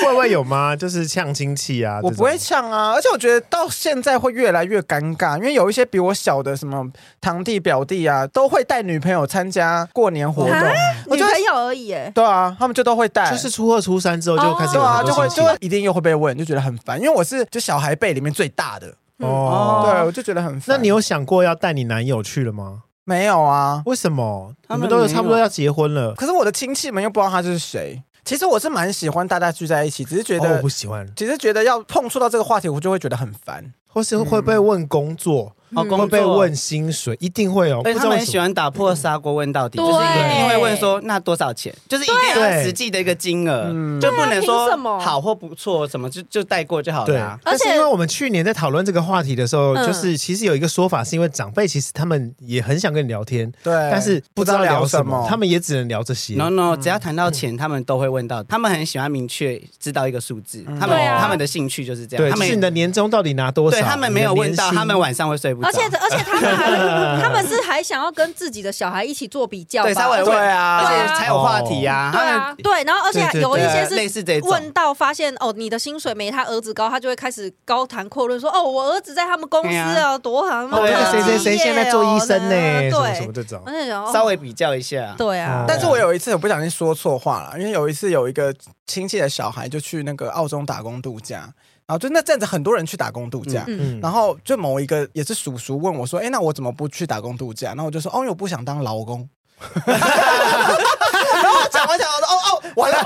会不会有吗？就是呛亲戚啊，
我不会呛啊，而且我觉得到现在会越来越尴尬，因为有一些比我小的什么堂弟表弟啊，都会带女朋友参加过年活动
啊。
我
女
就会
朋友而已，哎，
对啊，他们就都会带，
就是初二初三之后就开始
对
有
啊，
很
就会
多
就
亲
会
戚。
一定又会被问，就觉得很烦，因为我是就小孩辈里面最大的，
哦，
对我就觉得很烦。
那你有想过要带你男友去了吗？
没有啊？
为什么？
他
你们
们
都有差不多要结婚了，
可是我的亲戚们又不知道他是谁。其实我是蛮喜欢大家聚在一起，只是觉
哦，我
得
不喜欢，
其实觉得要碰触到这个话题，我就会觉得很烦。
或是会被问工作，
哦，工
嗯会
作
被问薪水，一定会有。哦不知
而且他
道
们
为
很
什
喜
么
欢打破砂锅问到底，
对
就是一定会问说那多少钱，就是一定要
对
实际的一个金额
嗯，
就不能
对啊凭什
说
么
好或不错，什么就就带过就好
对
了啊。，
而且
但是因为我们去年在讨论这个话题的时候，
嗯
就是其实有一个说法，是因为长辈其实他们也很想跟你聊天，
对，
但是不知道聊什么，他
他们
们也只能聊这些。
no no，只要谈到钱，他们都会问到，他们很喜欢明确知道一个数字，他们
对啊
他们的兴趣就是这
嗯
样，
对，
他
就是你
们
的年终到底拿多少？
对他们没有
你的
问到，
年薪
他
哦
们晚上会睡不着
而，且而且他们还他们是还想要跟自己的小孩一起做比较吧，
对稍微
对
问
啊
而
对
且
啊
才有话题啊，
对
他
啊
们，
对，然后而且
对对
有一些
对类似这
是
种
问到发现哦，你的薪水没他儿子高，他就会开始高谈阔论说哦，我儿子在他们公司
对
啊，多好，
哦，那个谁谁谁现在做医生呢，
对，
什么
啊
什么
对
这种，
而且想哦
稍微比较一下，
对啊，
但是我有一次我不小心说错话了，因为有一次有一个亲戚的小孩就去那个澳洲打工度假，然后就那阵子很多人去打工度假，
嗯，
嗯，
然后就某一个也是叔叔问我说：“哎，那我怎么不去打工度假？”然后我就说：“哦，因为我不想当劳工。” 然后我讲完讲完说：“哦哦，完了，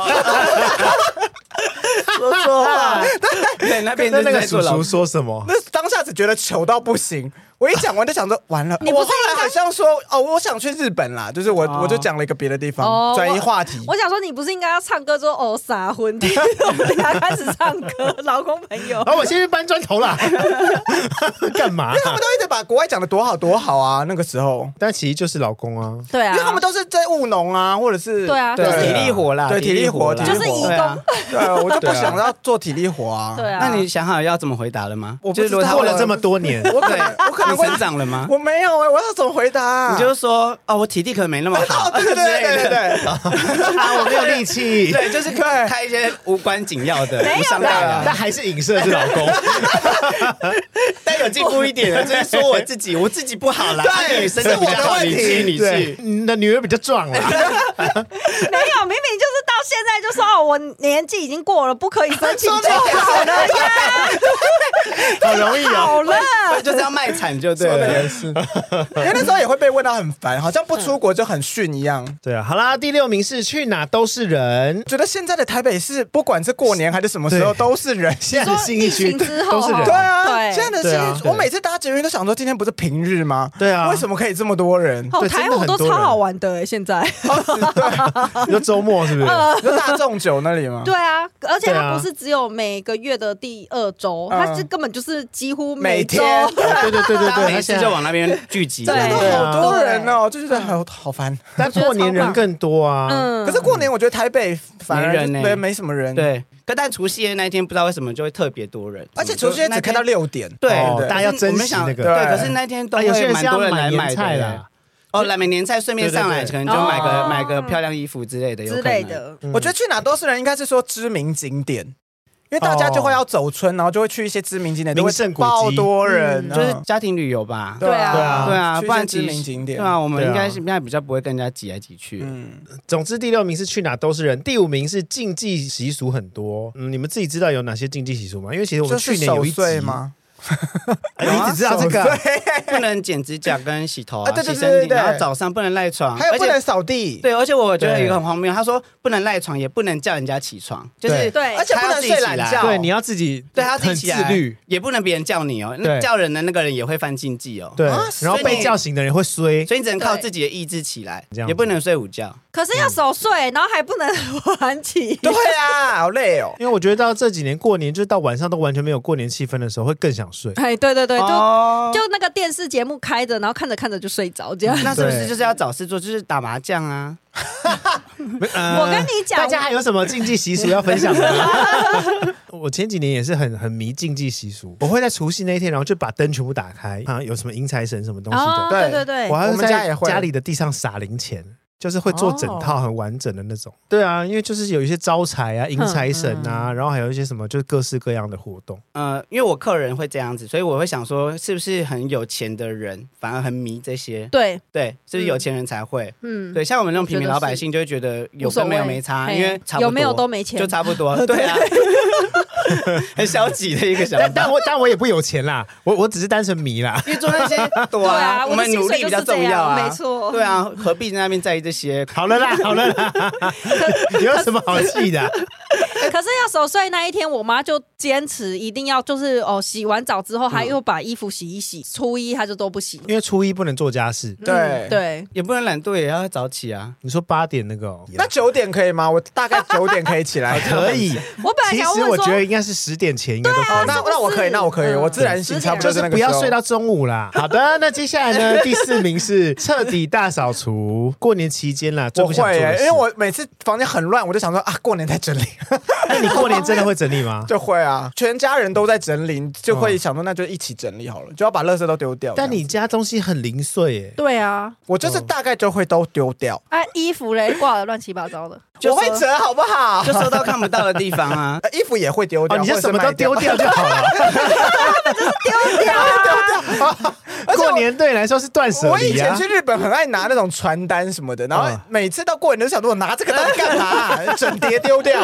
说错 话，对，那边
那
就
那
是
个
在
叔
做老
叔说什么？
那当下只觉得糗到不行。”我一讲完就想说完了，
你不
我
是
后来好像说哦，我想去日本啦，就是我、
哦
我就讲了一个别的地
哦
方，转移话题。
我想说，你不是应该要唱歌说哦傻混， 我们俩开始唱歌，老公朋友
然，哦后我先去搬砖头啦， 干嘛
因为？他们都一直把国外讲的多好多好啊，那个时候，
但其实就是老公啊，
对啊，
因为他们都是在务农啊，或者是
对啊
对
就是
体力活啦，
对体力活
啦
就是移
移
对啊
工，
对啊，我就不想要做体力活啊。
对啊，
那你想好要怎么回答了吗？
我不
就是
知
如果
道
他
过
问
了这么多年，
我可
对
能我可能
你
会
成长了吗？
我没有哎、我要怎么回答、啊？哦
你就说哦，我体力可能没那么好，
对对对对对对，
啊，我没有力气，
对，就是开一些无关紧要的，
没有
无伤大
没
雅
但，还是影射是老公，
但有进步一点了，就是说我自己，我自己不好啦，啊
对
女生的比较好，
是我的问
你
题
去你
对，
去，
你的女儿比较壮 啦，
没有，明明就是到现在就说哦，我年纪已经过了，不可以申 请就好了呀，
好容易哦。
好了。
就是要卖惨就对
说的
了
也。是，因为那时候也会被问到很烦，好像不出国就很逊一样。
对啊，好啦，第六名是去哪都是人，
觉得现在的台北市，不管是过年还是什么时候，
对
都是人。
现在的信义区
疫情之后哦
都是人，
对啊，
对
现在的
对啊
新，
对
我每次搭捷运都想说，今天不是平日吗？
对啊
为什么可以这么多 人？
哦，
对
台
真的
虎
很
都
多
超
人
好玩的哎，现在。
你说周末是 不是？
呃
你说大众酒那里吗？
对啊，而且
对啊
它不是只有每个月的第二周，
嗯
它是根本就是几乎
每
周。
天
对对对对
大家
对，
没
他现
事
在
就往那边聚集，
真的
真
都
的
对
好
啊
多人哦，就觉得好好烦。
但过年人更多啊。
嗯，
可是过年我觉得台北反而
没
欸
人呢
对没什么人，，
对。可但除夕夜那一天，不知道为什么就会特别多人，嗯
而且除夕夜只开到六点，
对
哦
对
大家要珍惜那个
对，可是那天都
啊有些
会
人是
蛮
要
多人来
买
买
年菜
的
啦
耶。，哦，来买年菜，顺便上来
对
可
对
能就买
哦
个买个漂亮衣服之类的，有
之
可
类
能。
的，
嗯
我觉得去哪都是人，应该是说知名景点，因为大家就会要走村，然后就会去一些知名景点，都
名
会
胜古迹
爆多人，
就是
嗯
家庭旅游吧，
对啊
对啊，
去
不
一些
然
知
其实
名景点，
对啊，我们
对啊
应该是现在比较不会跟人家挤来挤去。
嗯，
总之第六名是去哪都是人，第五名是禁忌习俗很多。嗯，你们自己知道有哪些禁忌习俗吗？因为其实我
就
们
是
去年有
守
一集
岁吗？
哎你只知道这
手
个，
碎
不能剪指甲跟洗 头
啊
啊，
对对
洗
对对
身体，
对
然后早上不能赖床，
还有
而
不
且
能扫地，
对，而且我觉得有一
对
个很荒谬，他说不能赖床，也不能叫人家起床，就是
对
而且不
他
能
要自己
睡
起
懒
来
觉，
对，你要自己
对他自
很
己起
自
来
律，
也不能别人叫你哦，
对
那叫人的那个人也会犯禁忌哦。
对
啊，
然后
所以
被
你
叫醒的人会衰，
所以你只能靠
对
自己的意志起来
这样，子
也不能睡午觉。
可是要守岁，然后还不能晚起。
对啊，好累哦。
因为我觉得到这几年过年，就是到晚上都完全没有过年气氛的时候，会更想睡。
哎，对对对，就
哦
就那个电视节目开着，然后看着看着就睡着，这样。
那是不是
对
就是要找事做，就是打麻将啊？
我
我跟你讲，
大家还有什么禁忌习俗要分享的吗？ 我前几年也是很很迷禁忌习俗，我会在除夕那一天，然后就把灯全部打开，好像有什么迎财神什么东西
哦
的，
对对
对
对
我，还
我
会
们家也
在
会
家里的地上撒零钱。就是会做整
哦
套很完整的那种，对啊，因为就是有一些招财啊、迎财神
嗯
啊，然后还有一些什么就是各式各样的活动，
呃，因为我客人会这样子，所以我会想说，是不是很有钱的人反而很迷这些？
对，
对，是不
嗯
是有钱人才会？
嗯，
对，像我们这种平民
我觉得
老百姓就会觉得有
无所
跟
谓
没有没差，
嘿
因为差不多
有没有都没钱
就。差不 多。对啊， 很消极的一个想
但
法
但。我但我也不有钱啦，我我只是单纯迷啦，
因为做那些，对
啊对啊，
我
的
们
薪
努
水
力
就
比较
是这
重要
样，
啊，
没错。
对，啊，何必在那边在意这些？
好了啦，好了啦，有什么好气的啊、
可是要守岁那一天，我妈就坚持一定要就是哦，洗完澡之后还
嗯
又把衣服洗一洗，初一她就都不洗。
因为初一不能做家事。
对
嗯对，
也不能懒惰，也要早起啊。
你说八点那个、哦，。
那九点可以吗？我大概九点可以起来
可以。
我本来
其
想
实
问
我
说啊
觉，得应该是十点前应该都
哦，
可以。
那
是不是
那我可以，那我可以，
嗯
我自然醒，
10点
差不多
就是
那个
不
时候
要睡到中午啦。好的，那接下来 呢？第四名是彻底大扫除。过年期间啦，最
我
不想
会
做
耶、
的事
因为我每次房间很乱，我就想说啊，过年再整理？
那哎你过年真的会整理 吗
就会啊， 全家人都在整理，就会想说那就一起整理好了，就要把垃圾都丢掉。
但
这样
你嗯家东西很零碎耶、
对啊，
我就是大概就会都丢掉，
啊，衣服嘞挂的乱七八糟的，
我会折好不好？。
就收到看不到的地方啊
呃衣服也会丢
哦，
掉，
你就
或者是
什么都
卖
丢
掉。
掉就好 了。
啊
而且我
过年对你来说是断舍
我以
离
前
啊。
去日本很爱拿那种传单什么的，然后
嗯
每次到过年都想说，我拿这个到底干嘛啊、 整叠丢掉。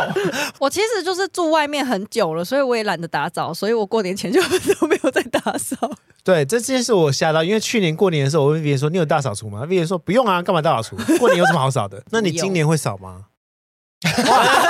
我其实就是住外面很久了，所以我也懒得打扫，所以我过年前就 都没有在打扫。
对，这件事我吓到，因为去年过年的时候，我问 Vivian 说：“你有大扫除吗？”Vivian 说：“不用啊，干嘛大扫除？过年有什么好扫 的？”那你今年会扫吗？哇，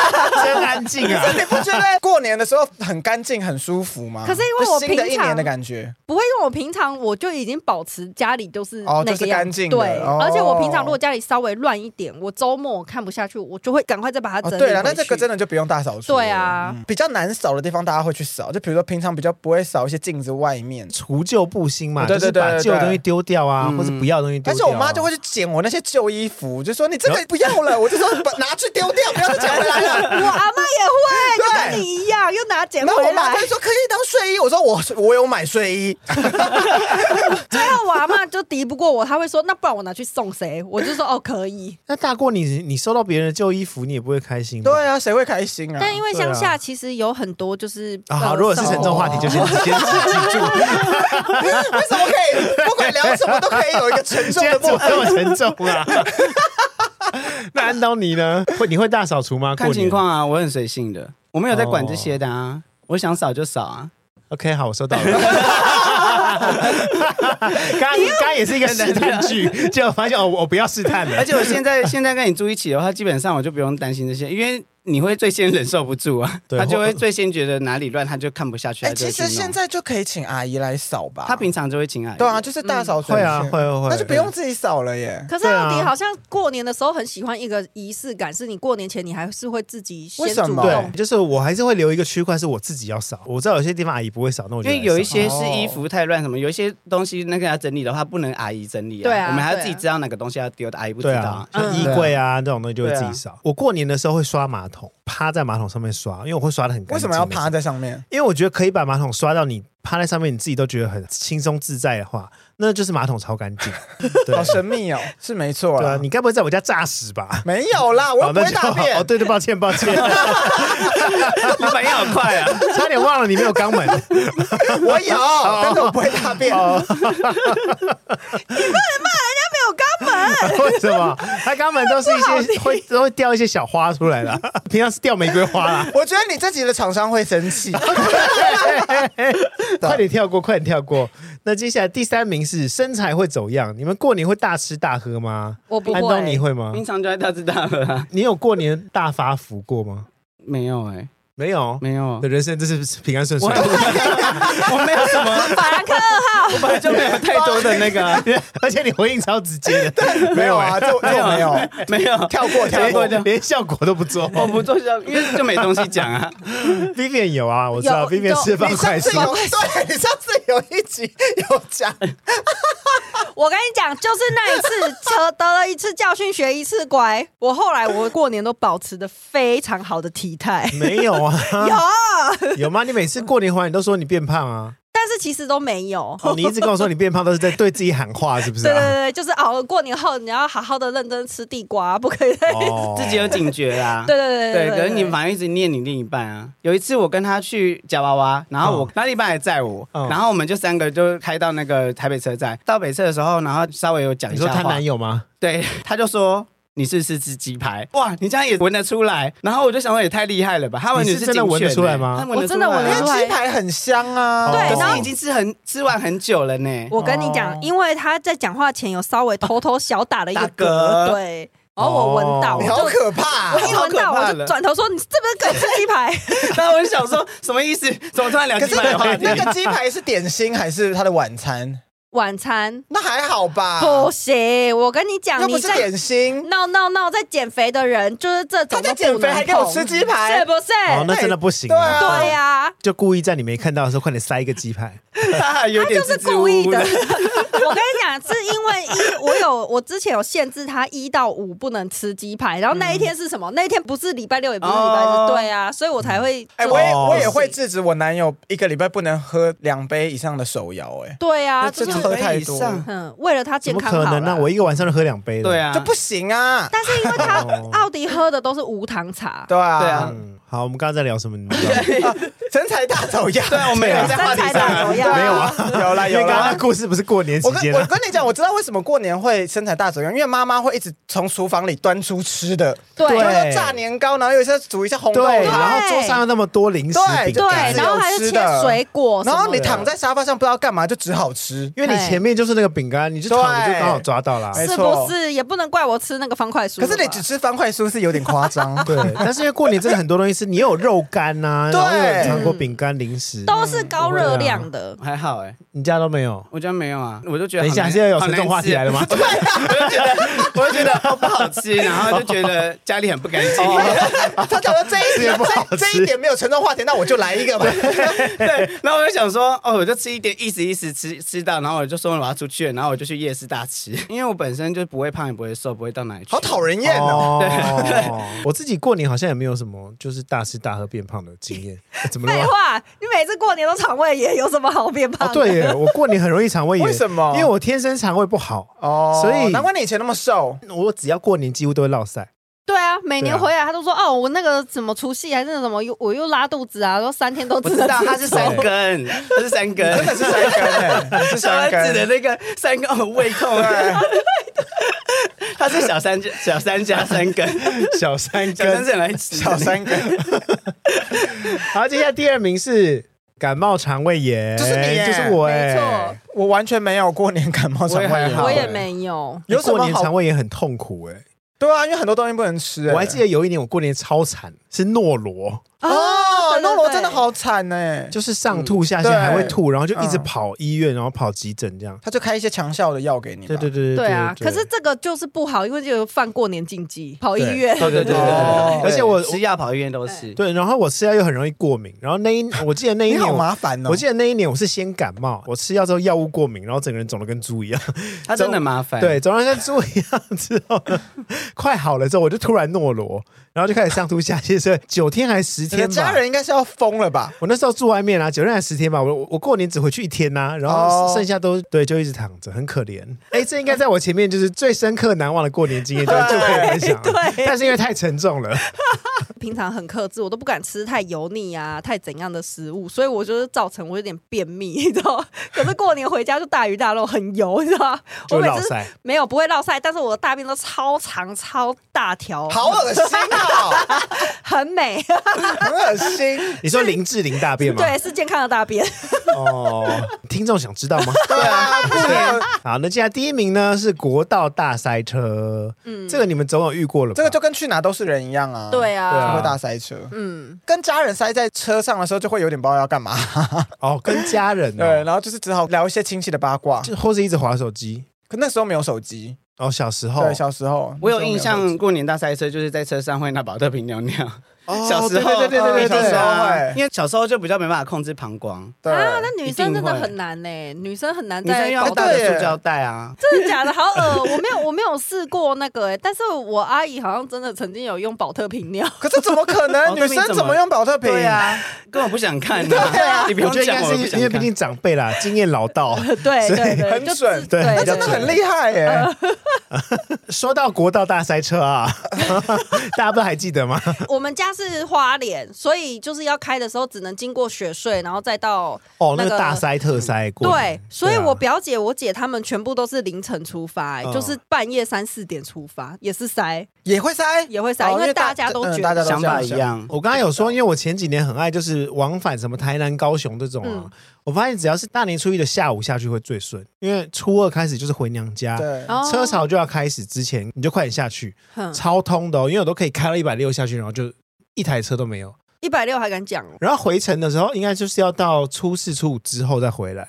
真安静啊！
你不觉得过年的时候很干净、很舒服吗？
可是因为我
就新的一
平常
年的感觉，
不会，因为我平常我就已经保持家里都是
哦
那
就是
个样
干
子
净的
对，
哦
而且我平常如果家里稍微乱一点，我周末我看不下去，我就会赶快再把它整
哦，
理、
对了，那这个真
的。
的就不用大扫除了。
对啊
嗯比较难扫的地方，大家会去扫。就比如说平常比较不会扫一些镜子外面，
除旧布新嘛，
哦
就
对对
是把
对
旧的东西
对
丢掉啊，
嗯
或者不要的东西丢
而且
掉啊。
我妈就会去捡我那些旧衣服，就说你这个不要了，我就说把拿去丢掉，不要再捡回来 了。
我阿妈也会，就跟你一样，又拿捡
然后
回
我妈
来
就。说可以当睡衣，我说我我有买睡衣，
最后我阿妈就敌不过我，她会说：“那不然我拿去送谁？”我就说：“哦，可以。
那大过你你收到别人的旧衣服，你也不会开心。
对。啊，谁会开心”啊？
但因为
对啊
乡下其实有很多就是呃
啊，好，如果是沉重
哦
话题，就先 先记住，
为什么可以不管聊什么都可以有一个沉重
今天
的
怎
部
么这
分？
么沉重啊？ 那安东尼呢？会你会大扫除吗？过
看
年
情况啊，我很随性的，我没有在管这些的啊。我想扫就扫啊，
OK，好，我收到 了。刚刚刚刚也是一个试探 句，结果发现哦，我我不要试探了
而。且我现在现在跟你住一起的话，基本上我就不用担心这些，因为你会最先忍受不住啊，
对
他就
或
会最先觉得哪里乱，他就看不下去。
哎、
他就
其
会
实
去弄
现在就可以请阿姨来扫吧。
他平常就会请阿姨，
对啊，就是大扫除、
会啊，会，会会，
那就不用自己扫了耶。
可是奥迪好像过年的时候很喜欢一个仪式感，是你过年前你还是会自己先
为什
主
么
对
动，。
就是我还是会留一个区块是我自己要扫。我知道有些地方阿姨不会扫，那我
因
就来
为有一
扫
些是衣服太乱什么，有一些东西那个要整理的话，不能阿姨整理啊，
对啊
我们还要
对啊
自己知道哪个东西要丢的，阿姨不知
对
道
啊
啊，。
像
嗯
衣柜啊这种东西就会
对啊
自己扫。我过年的时候会刷马桶，趴在马桶上面刷，因为我会刷的很干净。
嗯为什么要趴？在上面？
因为我觉得可以把马桶刷到你趴在上面，你自己都觉得很轻松自在的话，那就是马桶超 干净。对
好神秘哦，是没错
对啊
啦，。
你该不会在我家诈死吧？
没有啦，我又
哦
不
那
会
就
大便。
哦，对对，抱歉抱歉，
你反应好快啊！
差点忘了你没有肛门。
我有，但是我不会大便。
没有肛门，
为什么？它肛门都是一些会都会掉一些小花出 来啦，平常是掉玫瑰花啦。
我觉得你这集的厂商会生气，的
快点跳过，快点跳过。那接下来第三名是身材会走样，你们过年会大吃大喝吗？
我不
安东尼
会，
会
嗯
吗？
平常就在大吃大喝啊。
你有过年大发福过吗？
没有哎、
没有，
没有啊
的，人生真是平安顺遂。
我没有什么，
法兰克二号，
我本来就没有太多的那 个啊、
而且你回应超直接的，
没有啊，这这我没有，
没有，
跳过跳过。
连连效果都不做。
我不做效，因为就没东西讲啊。
Vivian 有啊，我知道
有
Vivian 吃
你
饭快
上次
速，，
有， 对你上次有一集有 讲，
我跟你讲，就是那一次扯得了一次教训，学一次乖。我后来我过年都保持的非常好的体态
没有啊？
有，
有吗？你每次过年回来，你都说你变胖啊？
但是其实都没有。
哦，你一直跟我说你变胖，都是在对自己喊话，是不是
对对
啊？
对，就是熬过年后，你要好好的认真吃地瓜，不可以再。
哦
自己有警觉啦。
对对
对
对
可是你反而一直念你另一半啊。有一次我跟他去夹娃娃，然后我、
嗯
那另一半也载我，
嗯
然后我们就三个就开到那个台北车站。到北车的时候，然后稍微有讲
你
一下
说她
话
男，友吗？
对， 他就说。你是不是吃鸡排？哇，你这样也闻得出来。然后我就想说，也太厉害了吧！他完
你
全
是真的闻得出来吗
我真的闻
因
得
为
出来
鸡排很香啊。
对
啊
然
可是
后
你已经吃很吃完很久了呢。
我跟你讲
哦，
因为他在讲话前有稍微偷偷小打了一个
打嗝
嗝，对，然后我闻到，
哦
我
你好
就
可怕、
我
啊！
一闻到
好可怕
我
了
就转头说：“你是不是给我吃鸡排？”
然后我就想说，什么意思？怎么突然聊
可
鸡
是
排的话题？
那个鸡排是点心还是他的晚餐？
晚餐
那还好吧，
不行，我跟你
啊又
讲，
不
你
是
在
点心。
no no no 在减肥的人就是这种
他
都
在
不能
减肥还给我吃鸡
碰
排
是，不是？
哦，那真的不行啊。
对啊
哎对呀，
就故意在你没看到的时候，快点塞一个鸡排。
他有点
就是
支支吾
故意
吾
的。。 我跟你讲，是因为一我有我之前有限制他一到五不能吃鸡排，然后那一天是什么？那一天不是礼拜六，也不是礼拜
哦
日，对啊，所以我才会
哎、
就
我也
哦
我也会制止我男友一个礼拜不能喝两杯以上的手摇、哎、
对啊，
这
就
这
是
喝太多
以上
嗯，为了他
怎
健
么
康
可
好
能呢、
啦
我一个晚上就喝两杯了。
对，啊，
这不行啊，
但是因为他
哦
奥迪喝的都是无糖茶，
对啊，
对啊
嗯，好，我们刚刚在聊什么？你们知道吗
身材大走样，
对啊，我们也在话题
身材
上啊
大走样
没有啊，有啦
因为
有
刚刚
啦
的。故事不是过年期
我跟
间
我
啊。
跟你讲，我知道为什么过年会身材大走样，因为妈妈会一直从厨房里端出吃的，
对
就是说炸年糕，然后有一些煮一些红豆
对，
汤
然后桌上有那么多零食
对
饼
对，
干
是，
然后还
有吃
是切
的
水果什么
然
的，
后你躺在沙发上不知道干嘛，就只好吃。
因为你前面就是那个饼干，你就躺着就刚好抓到啦。
没
是
错
不是？也不能怪我吃那个方块酥
可
了吧。
是你只吃方块酥是有点夸张，
对，但是因为过年真的很多东西是，你有肉干呐、
对
然后有糖果、饼干、零食，
都是高热量的，
还好哎、
你家都没有。
我觉得没有啊，我就觉得
等一下，
好难
现在有沉重话题来了？吗？
好难吃我就觉得，我就觉得不好吃，然后就觉得家里很不干净。
哦他讲到这一
这也
点
不好，
这这
吃
一点没有沉重话题，那我就来一个吧。
对，然后我就想说，哦，我就吃一点，意思意思吃吃到，然后我就说我要出去了，然后我就去夜市大吃，因为我本身就不会胖，也不会瘦，不会到哪里去。
好讨人厌哦！
哦， 我自己过年好像也没有什么就是大吃大喝变胖的经 验，哎怎么了
废
吗？
话，你每次过年都肠胃炎，有什么好变胖
哦，
的？
对 耶，我过年很容易肠胃炎，
为什么
因为我天生肠胃不好，
哦，
所以
难怪你以前那么瘦。
我只要过年几乎都会落 塞。
对啊，每
对
年
啊
回来他都说哦，我那个什么除夕还是什么，又我又拉肚子啊，说三天都
我
知
知
道
道它是三根，它是三根，
哦真的是三根欸，是
小
三
丸子的
根。
那个三根哦胃痛，它是小三小三加三根，
小三
小三是很来吃的
小三根，
好，接下来第二名是感冒肠胃炎，
就是你耶
就是我
没
哎
错。
我完全没有过年感冒肠胃
我也还
炎，
好
我也没有。
有什
过
么
年肠
好？
胃炎很痛苦哎、
对啊，因为很多东西不能吃欸。
我还记得有一年我过年超惨，是诺罗，
哦，
对对
诺罗
对
真的好惨欸呢，就
就是上吐下泻
对
还会吐，然后就一直
嗯
跑医院，然后跑急诊这样。
他就开一些强效的药给你吧。
对对对
对啊，
对
可是这个就是不好，因为就有犯过年禁忌，跑医
对
院。
对对对对
哦
对，
而且我
吃药跑医院都是。
对，然后我吃药又很容易过敏，然后那一我记得那一
你
年
好
我
麻烦哦。
我记得那一年我是先感冒，我吃药之后药物过敏，然后整个人肿得跟猪一样，
他真的麻烦。
对，肿得跟猪一样之后呢， 快好了之后我就突然诺罗，然后就开始上吐下泻，所以九天还十
你的
天 吧。
家人应该是要疯了吧？
我那时候住外面啊，九天还十天吧，我我我过年只回去一天呐、然
哦
后剩下都、对，就一直躺着，很可怜。哎，这应该在我前面就是最深刻难忘的过年经验，就就可以分享了。
对
但是因为太沉重了，
平常很克制，我都不敢吃太油腻啊、太怎样的食物，所以我就是造成我有点便秘，你知道吗？可是过年回家就大鱼大肉，很油，你知道吗？
就
我每
落
次
塞。
没有不会落晒，但是我的大便都超长、超大条，
好恶心哦，
很美，
很恶心。
你说林志玲大便吗？
对，是健康的大便。
哦，听众想知道吗？
对啊，不然
好，那接下来第一名呢是国道大塞车，
嗯
这个你们总有遇过了吧，
这个就跟去哪都是人一样啊。
对
对啊
才
啊，
会大塞车。
嗯，
跟家人塞在车上的时候，就会有点不知道要干嘛。
哦，跟家人
对，
哦，
然后就是只好聊一些亲戚的八卦。
就或是一直划手机。
可那时候没有手机，
哦，小时候
对，，小时候
我有印
那时候没有手
象，
机
过年大塞车就是在车上会拿保特瓶尿尿。
哦
小时候，
对对对对对
小
对
时候会
对，
因为小时候就比较没办法控制膀胱，
对
啊，那女生真
一定
的
会
很难呢、女生很难
女生
在
用
搞
很大
大
的
对耶
塑胶袋啊。
真的假的？好恶，我没有，我没有试过那个哎、但是我阿姨好像真的曾经有用保特瓶尿，
可是怎么可能？
保特
女
瓶
生
怎么
怎么用保特瓶？
对啊，根本不想看。对
啊
你不
我
用
觉得应
讲，
该
我不
是
想
因为毕
看。
竟长辈啦，经验老 道。
对对对，
很
就是
准
对，
那
对
真的很厉害耶、
说到国道大塞车啊， 大家不是还记得吗？
我们家是花莲，所以就是要开的时候只能经过雪隧，然后再到
哦，那
那
个
个
大塞特塞过年。
对，所以
对啊
我表姐、我姐她们全部都是凌晨出发、欸
嗯
就是半夜三四点出发，也是塞，
也会塞，
也会塞，
哦
因
因
为
为大
大家都
嗯
觉
大家
得
都
想法一样，
我刚刚有说，因为我前几年很爱就是往返什么台南、高雄这种啊，我发现只要是大年初一的下午下去会最顺，因为初二开始就是回娘家，
对，
哦
车潮就要开始之前你就快点下去，
哼
超通的哦，因为我都可以开了一百六下去，然后就一台车都没有。
一百六还敢讲哦，
然后回程的时候，应该就是要到初四、初五之后再回来，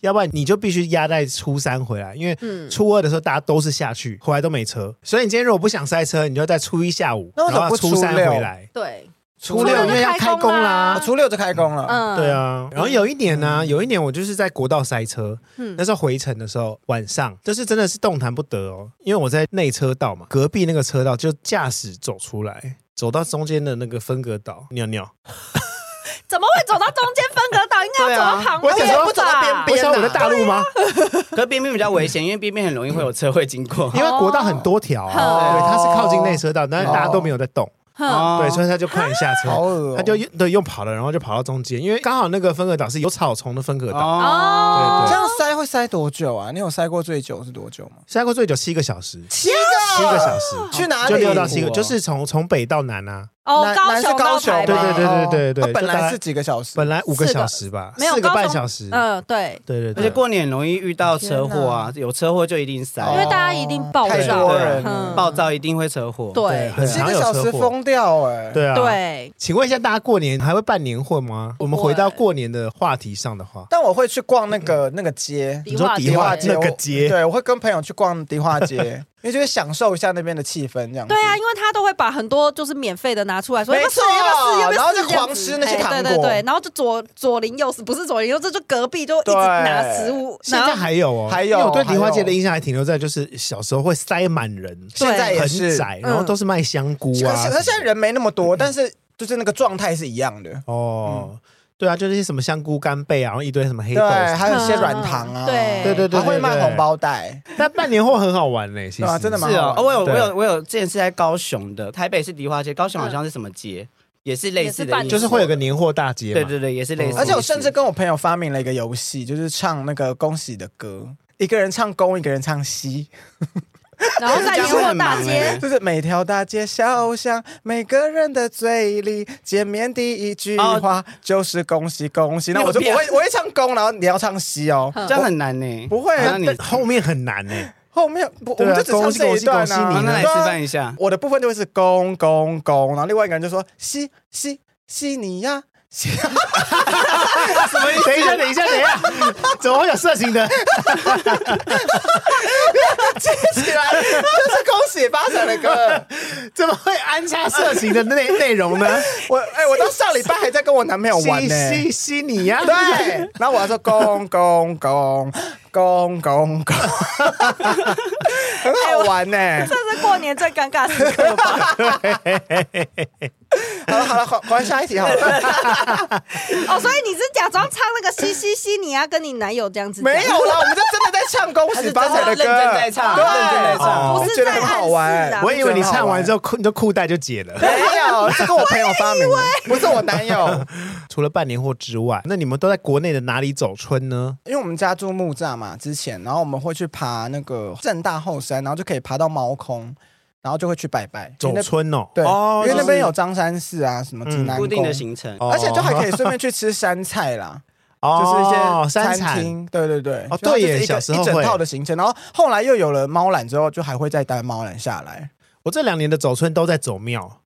要不然你就必须压在初三回来，因为
嗯，
初二的时候大家都是下去，回来都没车，所以你今天如果不想塞车，你就在初一下午，
那为什么
然后
不
初三
初六
回来？
对，
初
六
六因为要开
就开
工
工
啦
啦
我。初六就开工了，
嗯，
对，啊，然后有一年呢、
嗯
有一年我就是在国道塞车，
嗯
那时候回程的时候晚上，就是真的是动弹不得哦，因为我在内车道嘛，隔壁那个车道就驾驶走出来，走到中间的那个分隔岛尿尿，
怎么会走到中间分隔岛？应该要走到旁
我想
边
说
吧？
不走
到
哎
边
我
边
想我在大陆吗？
可是边边比较危险，因为边边很容易会有车会经过。
因为国道很多条啊，
哦
对，它是靠近内车道，但是大家都没有在动，
哼
哦
对，所以他就快点下车，
哦好恶、哦，
他就对又跑了，然后就跑到中间，因为刚好那个分隔岛是有草丛的分隔岛，
哦
对
这样塞会塞多久啊？你有塞过最久是多久吗？
塞过最久七个小时，
七
七
个
个小时。
去哪里？
就六到七个，
哦
就是从从北到南啊，
哦，
南南是
雄到
高雄
台
吧，
对
北，
对对对对对
哦本
就大
来
概
是几个小时，
本来五个
四个
小时吧，
没有
四个半
高雄
小时，
嗯，对，
对对
而
对，
且过年很容易遇到车祸啊，有车祸就一定塞，
因为大家一定爆
太
炸
多
了
人了
嗯
暴躁一定会车祸。
对
对
很
七
常
个
有
小
车
时
祸，
疯掉哎、
对啊，。
对，
请问一下，大家过年还会办年货吗？我们回到过年的话题上的话，
但我会去逛那个那个街，
你说嗯迪
迪
化
化
街
街
那个街
我对，我会跟朋友去逛迪化 街，因为就会享受一下那边的气氛，这样子
对啊，因为他都会把很多就是免费的拿出来说，哎
没
要不要试
错
要不要试要不要试
然后就
这样
狂
子
吃那些
哎
糖
对对
果
对，然后就左左邻右舍，不是左邻右舍，就隔壁就一直拿
对
食物，
现
然
在
后
还有哦，
还有
因为我对梨花
还
街
有
的印象还停留在就是小时候会塞满人，
现在也
很
是，
窄，然后都是卖香菇
可是
啊。
可是现在人没那么多，但是就是那个状态是一样的。
哦，对啊，就是一些什么香菇干贝啊，然后一堆什么黑豆
对，
什么。
还有一些
嗯
软糖啊，
对
对对对对
还会卖
对
红包袋，
但办年货很好玩嘞，其
对
实
啊真的蛮
是哦，
好玩
哦我有
对
我有我有，之前是在高雄的，台北是梨花街，高雄好像是什么街，也是类似
也是
的
办
意思，
就是会有个年货大街嘛。
对对对，也是类似。
而且我
也是
甚至跟我朋友发明了一个游戏，就是唱那个恭喜的歌，一个人唱恭，一个人唱喜，
然后在年
这样会
货
很
大
忙
街
欸。
就是每条大街小巷，每个人的嘴里见面第一句
哦
话就是恭喜恭喜。那我就
你有
我
病啊
会我会唱恭，然后你要唱喜哦，
嗯
这样很难呢，
不会
好像你
但后面很难呢。
后面不我
对啊
们就只唱这一段
恭喜恭喜恭喜
好
你
啊。
那来
呢
示
对啊
范一下。
我的部分就会是公公公，然后另外一个人就说西西西你呀， 西
什么意思？等一下，等一下，等一下，怎么会有色情的？
接起来，这是恭喜发财 的歌。
怎么会安插色情的内内容呢？
我哎、我到上礼拜还在跟我男朋友玩呢、
西西西你呀、
对，然后我还说公公公公公公，很好玩呢、
这是过年最尴尬的时刻，
好了好了，还还下一题好了。
哦，所以你是假装唱那个西西西，你要跟你男友这样子讲，
没有啦，我们就真的在唱恭喜发财的歌，
他是真的认真在唱
对，
认真在
唱
不是
觉得很好玩
在暗示啊。
我以为你唱完之
后。
后裤你的裤带就解了。
没有，是跟我朋友发明的，不是我男友。
除了办年货之外，那你们都在国内的哪里走春呢？
因为我们家住木栅嘛，之前，然后我们会去爬那个正大后山，然后就可以爬到猫空，然后就会去拜拜。因
走
为那
春哦，
对，
哦
因为那边
就是
有张山寺啊，什么指南宫
固定的行程。
哦
而且就还可以顺便去吃山菜啦。就是一些
山哦
餐
产，
厅，对对对，
哦
就它
对耶
就是一个
小时候
一整
会
套的行程，然后后来又有了猫缆之后，就还会再带猫缆下来。
我这两年的走村都在走 庙，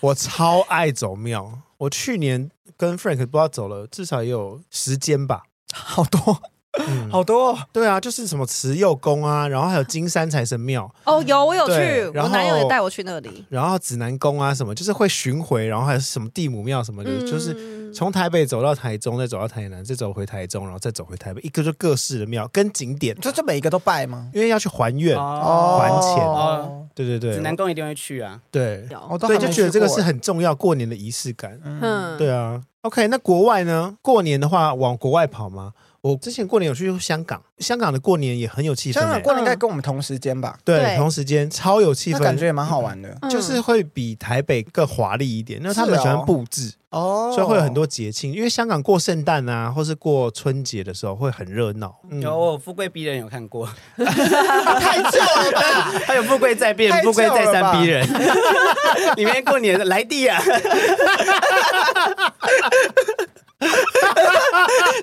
我超爱走庙。我去年跟 Frank 不知道走了至少也有十间吧。
好多
嗯，
好多、
对啊，就是什么慈幼宫啊，然后还有金山财神庙，
哦，有我有去
对，然后
我男友也带我去那里，
然后指南宫啊什么，就是会巡回，然后还有什么地母庙什么的，就是
嗯
从台北走到台中，再走到台南，再走回台中，然后再走回台北，一个就各式的庙跟景点，
就就每一个都拜吗？
因为要去还愿。
哦，
哦，
还钱
哦，
对对对，
指南宫一定会去啊。
对
我都
对，
还没
就觉得
去
这个
过
是
欸
很重要过年的仪式感。
嗯，
对啊，OK，那国外呢？过年的话，往国外跑吗？我之前过年有去香港，香港的过年也很有气氛、
香
欸
港。过年应该跟我们同时间吧？
对，
对
同时间超有气
那
氛，
感觉也蛮好玩的
嗯
就是会比台北更华丽一点。那他们
是哦
喜欢布置，
哦
所以会有很多节庆。因为香港过圣诞啊，或是过春节的时候会很热闹。嗯
有我富贵逼人有看过，
太旧了吧？
还有富贵再变
太，旧
富
了
贵再三逼人。 里面过年的来地啊，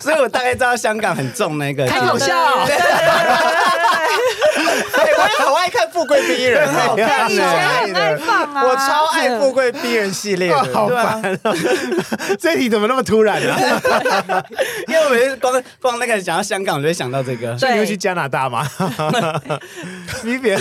所以我大概知道香港很重那个。
开口笑
对
哎，我也好爱看《富贵逼人》，
很
哦
好看
以前很爱放啊，
我超爱《富贵逼人》系列
啊好
的。
烦哦！这题怎么那么突然 啊？
因为我们光光那个想到香港，我就会想到这个。
所以你会
对
去加拿大吗？ 你别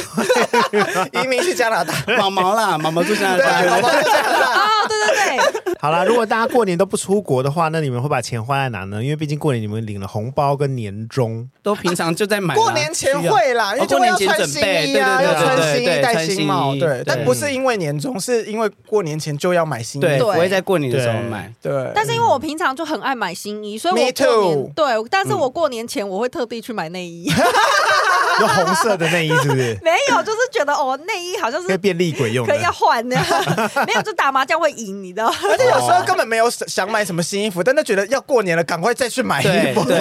移民去加拿大，
毛毛啦，毛毛住香
对，好
港。
吧，就加拿大。
啊，对对对，
好啦，如果大家过年都不出国的话，那你们会把钱花在哪呢？因为毕竟过年你们领了红包跟年终，
都平常就在买啦。
过年前会啦，因为
哦
就
过
会
年
要
前
穿
准
新
备，
衣
对
啊，
对
要
对
穿
对
新
对
衣、戴
穿
新帽，
衣
对。但
对
不是因为年终，是因为过年前就要买新衣。
对，不
对
会在过年的时候
对
买。
对，
但是因为我平常就很爱买新衣，所以
Me
我
too
过年对，但是我过年前我会特地去买内衣，？
有红色的内衣是不是
没有，就是觉得哦，内衣好像
可以
是
变厉鬼用
可
的
以。要换的，没有，就打麻将会赢，你知道吗？
而且有时候根本没有想买什么新衣服，但是觉得要过年了，赶快再去买衣
对
服，
对，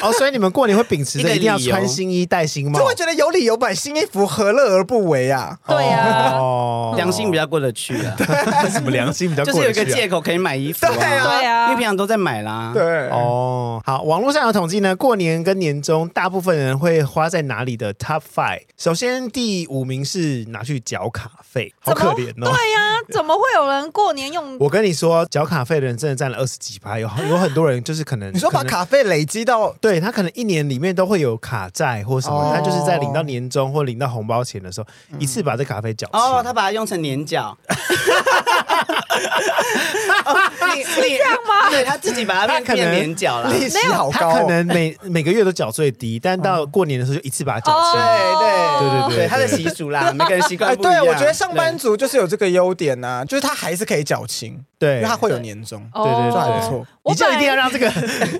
哦，所以你们过年会秉持着一定要穿新衣、戴新帽
就，会觉得有理由买新衣服，何乐而不为啊？
对呀，
哦
良心比较过得去 啊，
较什么良心比较
就
过
是有
得
一个
去
借
啊。
口可以买衣服啊。
对啊
对啊
因为平常都在买啦。
对，
哦，好，网络上有统计呢，过年跟年终，大部分人会花在哪里的 Top Five？首先第五名是拿去缴卡费，好可怜哦。
对呀，怎么会有人过年用？
我跟你说，缴卡费的人真的占了二十几趴，有有很多人就是可能
你说把
可能
卡费累积到
对他可能一年里面都会有卡债或什么，
哦
他就是在领到年终或领到红包钱的时候，一次把这卡费缴清。
啊
哦，他把它用成 年角。哦你你这样吗？对他自己把它
他
变
可能
变年角了。
利息好
他
高嗯
可
哦，
能每 每个月都缴最低，但到过年的时候就一次把它缴清。
哦
对
对对
对，他的习 俗啦，每个人习惯
哎，
不一
对，
样。
我觉得上班族就是有这个优点呐，就是他还是可以缴清，因
对
为他会有年终，
对对对，
这还
哦
不错。
你
我
就
本
一定要
来
让 这个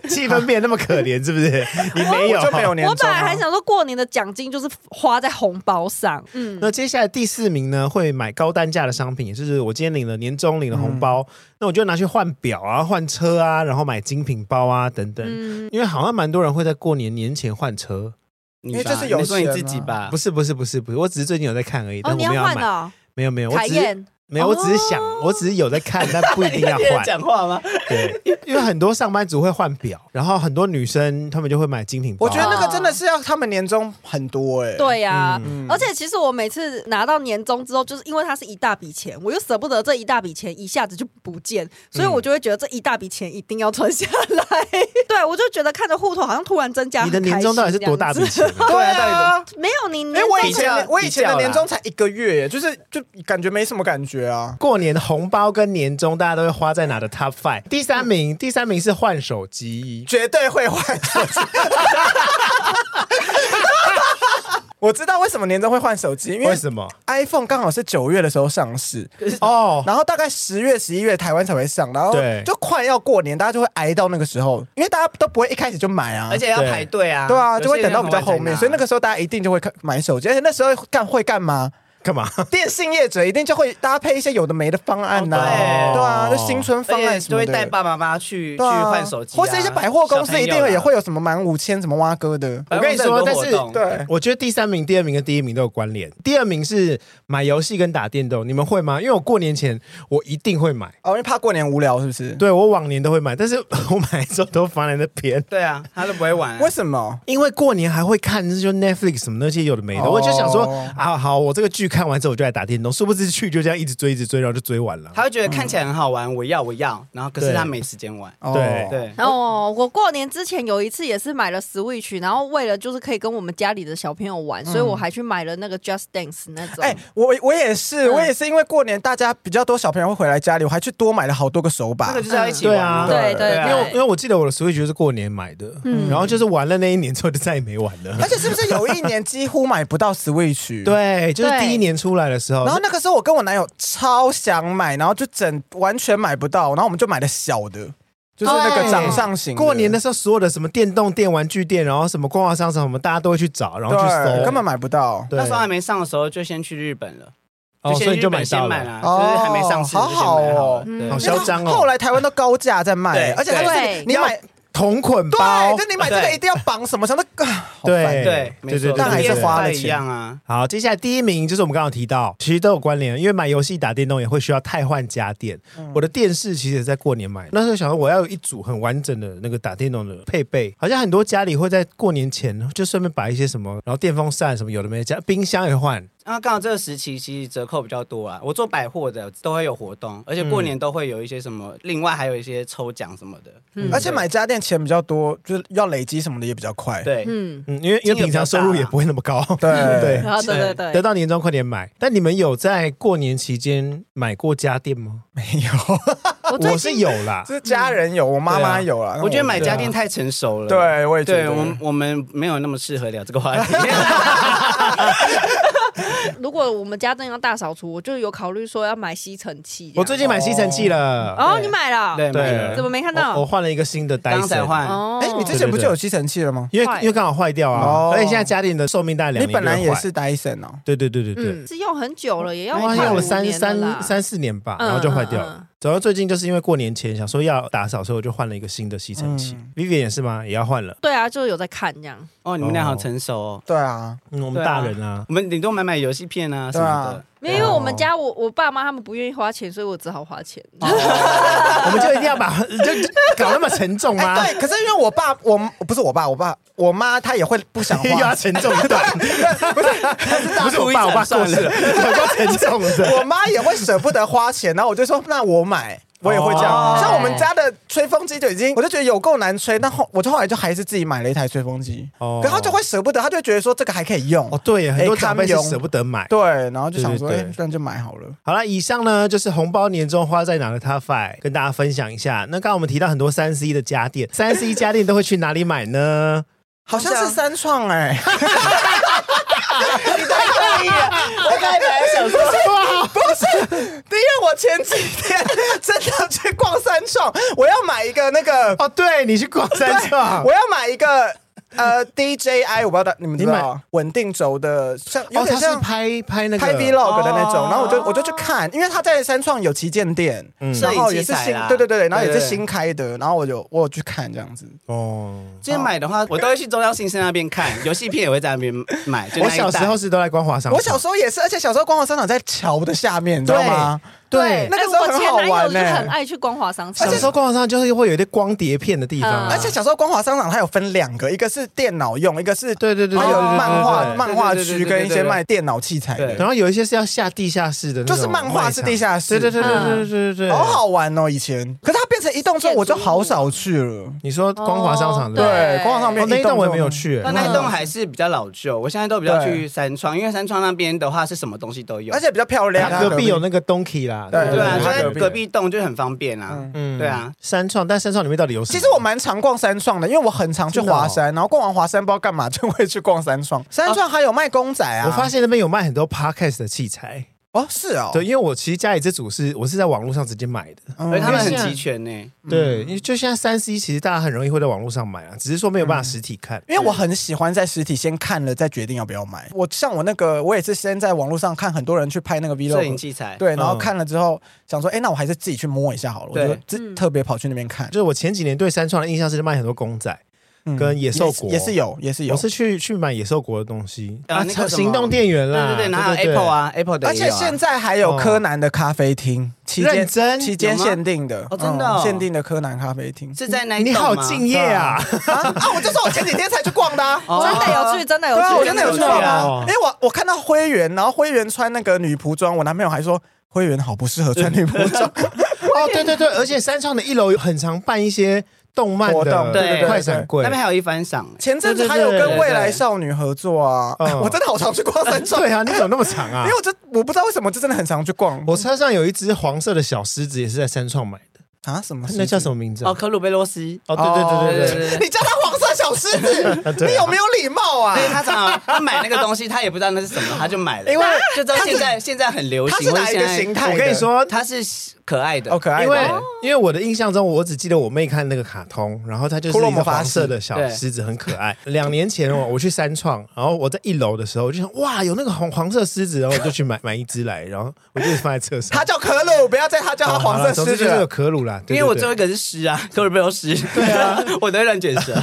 气氛变得那么可怜，是不是？你没有
我就没有年终啊。
我本来还想说过年的奖金就是花在红包上，嗯，
那接下来第四名呢，会买高单价的商品，也就是我今天领了年终领了红包，
嗯
那我就拿去换表啊、换车啊，然后买精品包啊等等。
嗯
因为好像蛮多人会在过年年前换车，
你
因为
吧
就是有
你说你
钱
自己
啊
吧
不，是不是不是不是，我只是最近有在看而已，但
哦，
我
你
没有要
换
买，
的
没有没有，我
凯
只是
燕，
没有，我只是想，
哦
我只是有在看，但不一定要
别 人
换。
讲话吗？
对，因为很多上班族会换表，然后很多女生她们就会买精品包。
我觉得那个真的是要他们年终很多哎，
对啊呀，
嗯
而且其实我每次拿到年终之后，就是因为它是一大笔钱，我又舍不得这一大笔钱一下子就不见，所以我就会觉得这一大笔钱一定要存下来。对，我就觉得看着户头好像突然增加，
你的年终到底是多大笔
很开心
钱啊？
对
对啊
啊
到。
这样子？没有你
因
年
为我
终
以
比
前
较
我以前的
比较啦
年终才一个月耶，就是就感觉没什么感觉啊。
过年的红包跟年终，大家都会花在哪的 Top Five？第三名，第三名是换手机。
绝对会换手机。 我知道为什么年终会换手机，因
为
为
什么？
iPhone 刚好是九月的时候上市，
哦，
然后大概十月、十一月台湾才会上，然后
对
就快要过年，大家就会挨到那个时候，因为大家都不会一开始就买啊，
而且要
对
排队啊。
对啊，
有些
就会等到
人
比较
很晚
后
才
面，
拿
所以那个时候大家一定就会看买手机，而且那时候干会干嘛？
干嘛？
电信业者一定就会搭配一些有的没的方案呐、
哦对
对啊，就新春
而
方
且
案什
就
么
会
的，
带爸爸妈妈去、
对啊
去换手机、啊，
或是一些百货公司一定
小朋
会
友
也
啊
会。有什么满五千、什么挖哥的，
我跟你说
百货公
但是
司很多活动
对，
我觉得第三名、第二名跟第一名都有关联。第二名是买游戏跟打电动，你们会吗？因为我过年前我一定会买，
哦，因为怕过年无聊是不是？
对我往年都会买，但是我买之后都放在那边。
对啊，他都不会玩、
为什么？
因为过年还会看，就 Netflix 什么那些有的没的，
哦
我就想说啊，好，我这个剧看完之后我就来打电动，殊不知去就这样一直追，一直追，然后就追完了。
他会觉得看起来很好玩，我要我要，然后可是
对
他没时间玩。
哦
对
对，
然后哦我过年之前有一次也是买了 Switch，然后为了就是可以跟我们家里的小朋友玩，所以
嗯
我还去买了那个 Just Dance 那种。
哎、我我也是，
嗯
我也是因为过年大家比较多小朋友会回来家里，我还去多买了好多个手把
这个。就是要一起
对
玩
啊
嘛。
对对
啊
因为我因为我记得我的 Switch 就是过年买的，
嗯
然后就是玩了那一年之后就再也没玩
嗯
了。
而且是不是有一年几乎买不到 Switch？。
对，就是
对
第一年出来的时候，
然后那个时候我跟我男友超想买，然后就整完全买不到，然后我们就买了小的，就是那个
对
掌上型。
过年的时候，所有的什么电动店、玩具店，然后什么逛逛啊商场，什么大家都会去找，然后去
对
搜，
根本买不到。
对
那时候还没上的时候就先去日本了，
哦，所
就先
以
去日
就买
本
到
先买
了。
啦，
哦
就是还没上市就先买
好好哦
了。
嗯
对
好嚣张哦
后来台湾都高价在卖
对，
而且它就是
对
你买
同捆包
对，就。你买这个
对
一定要绑什么什么，那个啊 好烦
对
对，没
对对
错，
对
跟
但还是
PS5
花了
一
钱
样啊。
好，接下来第一名就是我们刚刚提到，其实都有关联，因为买游戏、打电动也会需要汰换家电。我的电视其实也在过年买，那时候想说我要有一组很完整的那个打电动的配备，好像很多家里会在过年前就顺便摆一些什么，然后电风扇什么有的没的，家冰箱也换。
然后刚好这个时期其实折扣比较多啊，我做百货的都会有活动，而且过年都会有一些什么，另外还有一些抽奖什么的。
嗯
而且买家电钱比较多，就是要累积什么的也比较快。
对，
嗯，
嗯，因为因为平常收入也不会那么高。
对
对，
然后对对
得
对，
到年终快点买。但你们有在过年期间买过家电吗？
没有，
我
我
最
是
近
有 啦，
就是家人有，我妈妈有了。
嗯我觉得买家电
太……
太成熟了。
对，我也觉
对
得。
我们我们没有那么适合聊这个话题。
如果我们家真的要大扫除，我就有考虑说要买吸尘器这样。
我最近买吸尘器了。
哦，
对
你买了？
对
对，
怎么没看到
我我换了一个新的
刚才
Dyson，
换，
哦，
哎，你之前不就有吸尘器了吗？
因为
坏
因为刚好坏掉啊
哦，
而且现在家电的寿命大概两
你
年。
本来也，是 Dyson 哦。
对对对对对。
嗯是用很久了，也要
哇，
快
用了
五
三
年了
三
啦
三四年吧，
嗯
然后就坏掉
嗯
了。主要最近就是因为过年前想说要打扫，所以我就换了一个新的吸尘器
嗯。
Vivian 也是吗？也要换了。
对啊，就有在看这样。
哦，你们俩好成熟哦。
对啊，
嗯，我们
对啊
大人啊，
我们顶多买买游戏片啊什么的。
没有，
哦
因为我们家我我爸妈他们不愿意花钱，所以我只好花钱。
哦
啊
我们就一定要把 就就搞那么沉重吗？
哎，对，可是因为我爸，我不是我爸，我爸，我妈她也会不想
又要
花。
沉重一段，
不是，
不是我爸，我爸过世了， 我爸沉重的。
我妈也会舍不得花钱，然后我就说那我买。我也会这样
哦
像我们家的吹风机就已经，我就觉得有够难吹，那后我就后来就还是自己买了一台吹风机，
哦
可他就会舍不得，他就觉得说这个还可以用，
哦，对耶，很多
哎
长辈是
堪用
舍不得买。
对，然后就想说，
对对
哎
对，
那就买好了。
好了，以上呢就是红包年终花在哪的 Top Five，跟大家分享一下。那刚刚我们提到很多三 C 的家电，三 C 家电都会去哪里买呢？
好像是三创哎、
我刚才本来想说，
不是，因为我前几天真的去逛三创，我要买一个那个，
哦，对你去逛三创哦
我，要买一个呃 DJI，我不知道你们知
你
道
买
稳定轴的，像有
哦，
点
他是
像
拍拍那个
拍 vlog 的那种，
哦
然后我就我就去看，因为他在三创有旗舰店，
嗯
然后也是
摄影器材
新
啦，
对对对，然后也是
对对对
新开的，然后我就我有去看这样子。
哦。
今天买的话，我都会去中央新生那边看，游戏片也会在那边买。就那
我
一带
小时候是都在光华商场，
我小时候也是，而且小时候光华商场在桥的下面，你知道吗？
对
那，个
哎
时候
我前男
很好玩
友就
欸
很爱去光华商场
小，时候光华商场就是会有一些光碟片的地方啊，
嗯
而且小时候光华商场它有分两个，一个是电脑用，一个是
对对对，对
它有漫画
对对对
漫画
对对对
区
对对对
跟一些卖电脑器材
对
的，
然后有一些是要下地下室的那
就
种卖场，
是漫画是地下室，
对对对对对对对对，
好好玩哦。以前，可是它变成一栋之
建
后，
筑物
我就好少去了。
你说光华商场
哦
对不对？
对，光华商
哦，
场
那一栋我也没有。去、
那
欸。
那一栋还是比较老旧，我现在都比较
对
去三创，因为三创那边的话是什么东西都有，
而且比较漂亮，啊
它隔壁有那个 Donkey 啦，
对
对啊，
对
就
它
在
隔壁
隔壁栋就很方便啊。
嗯
对啊，
三创，但三创里面到底有什么？
其实我蛮常逛三创的，哦因为我很常去华山，然后逛完华山不知道干嘛就会去逛三创。三创还有卖公仔啊，
我发现那边有卖很多 Podcast 的器材，
哦，是哦，
对，因为我其实家里这组是我是在网络上直接买的，
嗯，
而且他们很
现在
齐全呢。
对，因为就现在三 C 其实大家很容易会在网络上买啊，嗯只是说没有办法实体看。
因为我很喜欢在实体先看了再决定要不要买。我像我那个，我也是先在网络上看很多人去拍那个
摄影
vlog，
器材，
对，然后
嗯
看了之后想说，哎，那我还是自己去摸一下好了。我
对
就自
嗯
特别跑去那边看，
就是我前几年对三创的印象是卖很多公仔，
嗯
跟野兽国
也是也是有，也是有
我。是去去买野兽国的东西
啊那个什么
行动电源
对
啦，
对对，然后还有 Apple。啊，Apple 的
而
也
且
有啊
现在还有
哦
柯南的咖啡厅，期
认
间
真，
期间
有吗
限定的
哦真的哦
嗯限定的柯南咖啡厅
是在那一
你
栋
好
吗
敬业啊！
啊啊！我就说我前几天才去逛的啊，
哦
真的有趣，真的有
对啊，
趣，
我真的有去
真的
逛
有去
啊
哦！
因为我我看到灰原，然后灰原穿那个女仆装，我男朋友还说灰原好不适合穿女仆 装，
哦，对对对，而且三创的一楼有很常办一些动漫
活动
的
对对对
快闪柜
那，边还有一番赏，欸
前阵子还有跟未来少女合作啊，
对对对对
我真的好常去逛三创，
对啊，你怎么那么长啊
因为？我这我不知道为什么，就真的很常去逛。
我车上有一只黄色的小狮子，也是在三创买的，
啊什么？
那叫
么？
什么名字啊？
哦，科鲁贝洛斯，
哦，对对对对对，
对
你叫它黄色小狮子，
啊
你
对
有
啊，
没有礼貌啊
所？以他常常他买那个东西，他也不知道那是什么，他就买了，
因为
就知道现在现在很流
它是
行，或者
哪一
现
个
在
形态的？
我跟你说，
它是可爱的
好，哦可爱的，
因为因为我的印象中，我只记得我妹看那个卡通，然后她就是
骷髅
一
魔
个
法
黄
使
色的小
对
狮子，很可爱。两年前哦，我去三创，然后我在一楼的时候，我就想哇，有那个黄黄色狮子，然后我就去买买一只来，然后我就放在车 上
它。叫可鲁，不要再它叫它
哦
黄
好了总
色狮
之
子
就是有
了。
可鲁啦，对
因为我
对
最后一个是诗啊，科鲁贝洛斯，对啊， 我都会 乱卷舌，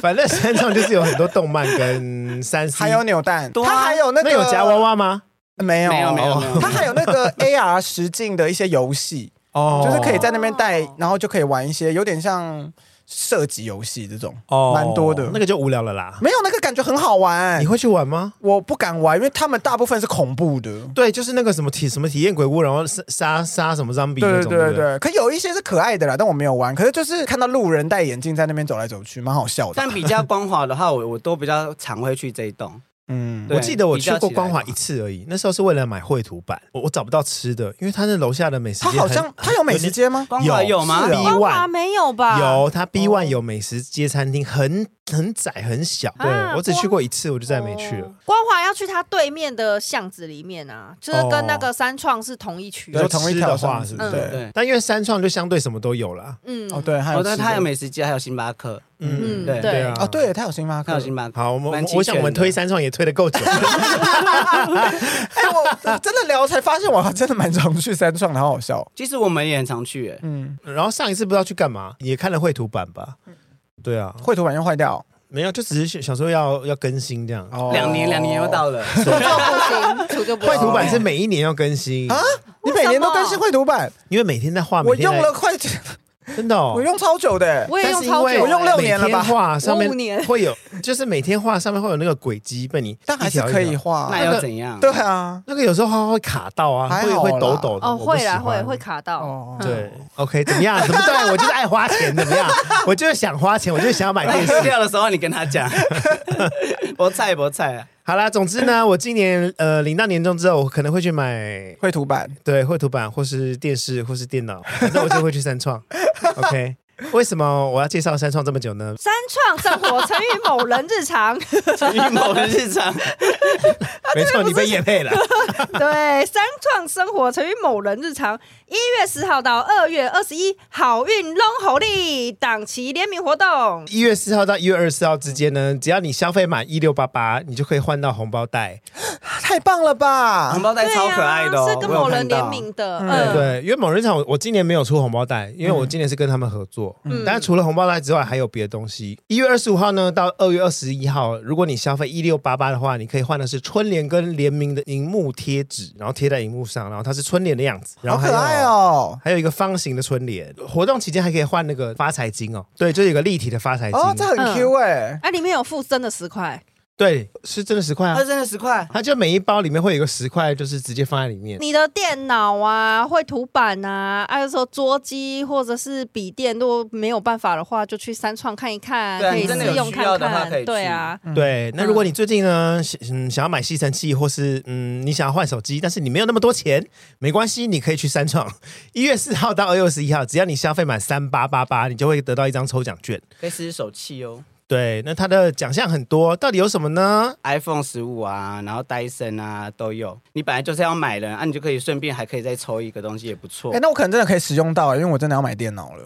反正山上就是有很多动漫跟三 C，
还有扭蛋，
对啊
它还有那
那有
个
夹娃娃吗？
没有
没有没有 没有
它还有那个 AR 实境的一些游戏，
哦
就是可以在那边带，然后就可以玩一些有点像射击游戏这种，
哦
蛮多的
那个就无聊了啦。
没有那个感觉很好玩
哎你。会去玩吗？
我不敢玩，因为他们大部分是恐怖的。
对，就是那个什么体什么体验鬼屋，然后杀杀杀什么 zombie 那
对
种，
对对
不对。
对，可有一些是可爱的啦，但我没有玩。可是就是看到路人戴眼镜在那边走来走去，蛮好笑的。
但比较光滑的话，我我都比较常会去这一栋，
嗯，
对
我记得我去过光华
比
一
较
次而已，那时候是为了买绘图板，我我找不到吃的，因为他那楼下的美食
他
街
好
很
像他有美食街吗？
光滑有吗
是？啊
光华没有吧？
有，他 B
哦
One 有美食街餐厅，很很窄很小。对
啊
我只去过一次，我就再也没去
哦
了。。
光华要去它对面的巷子里面啊，就是跟那个三创是同一区
哦对。
有同一条巷子
吃
的话是
对。
对。
但因为三创就相对什么都有啦。
嗯
哦，对，还有
哦，
吃的
但它有美食街，还有星巴克，
嗯对
对啊，
哦，对，他有星巴
它
克
有。星巴克。
好，我们
蛮
我
齐
我想我们
全的
推三创也推的够 久了，
哎，我真的聊才发现，我真的蛮常去三创的，好好笑。
其实我们也很常去，哎
嗯，
然后上一次不知道去干嘛，也看了绘图版吧。对啊，
绘图板又坏掉，
没有，就只是想说要要更新这样。
哦
两年两年又到了，
除就不行，除就不
绘
行。
图版是每一年要更新
啊
啊，！
你每年都更新绘图板，
因为每天在画，每
我
天
用
在
了快，
真的、哦，
我用超久的。
我也
但
用
是因
超
为
久，
我用六年了吧
每天画上
我五
面
年
会有，就是每天画上面会有那个轨迹被你，
但还是可
一条
以
一条。
画。
那又怎样？
对啊，
那个有时候画会卡到啊，
还
会
好
会
啦
抖抖的。
哦，
我不
会
喜
啦，
欢
会会。卡到。
哦，
对，OK，怎么样？ 怎么对？我就是爱花钱，怎么 样？我就是想花钱，我就是想要买电
你
视
喝。掉的时候，你跟他讲， 不菜不菜啊，
好啦，总之呢，我今年呃领到年终之后，我可能会去买
绘图板
对绘图板，或是电视，或是电脑，反正我就会去三创。OK，为 什么我要介绍三创这么久呢？
三创生活成语某人 日常，
与某日常，
啊
没错，你被夜配了。
对，三创生活成语某人日常，一月十号到二月二十一，好运龙猴力档期联名活动，
一月四号到一月二十四号之间呢，只要你消费满一六八八，你就可以换到红包袋。
太棒了吧
红！包袋
对
超可爱的哦，
呀是跟
我有
某人
看到
联名的，
嗯
嗯，
对，因为某人场我我今年没有出红包袋，因为我今年是跟他们合作。
嗯
嗯，但是除了红包袋之外，还有别的东西。一月二十五号呢到二月二十一号，如果你消费一六八八的话，你可以换的是春联跟联名的荧幕贴纸，然后贴在荧幕上，然后它是春联的样子，然
好
后还有
可爱。哦！
还有一个方形的春联，活动期间还可以换那个发财金哦，对，就有一个立体的发财金，
哦，这很
嗯
Q 哎，
啊，里面有附真的十块，
对，是真的十块啊
它，真的十块，
它就每一包里面会有一个十块，就是直接放在里面。
你的电脑啊、绘图板啊，还有说桌机或者是笔电，如果没有办法的话，就去三创看一看，
对啊
可以
你真的
试
有
用
需
看
要的话可以
看。
去
对啊，
对，那如果
嗯
你最近呢，想嗯想要买吸尘器，或是嗯你想要换手机，但是你没有那么多钱，没关系，你可以去三创， 一月四号到二月十一号，只要你消费满三八八八，你就会得到一张抽奖券。
可以试试手气哦。
对，那它的奖项很多，到底有什么呢？
iPhone 十五啊，然后 Dyson 啊都有。你本来就是要买了，啊，你就可以顺便还可以再抽一个东西，也不错
嗯
哎、。那我可能真的可以使用到、欸因为我真的要买电脑了。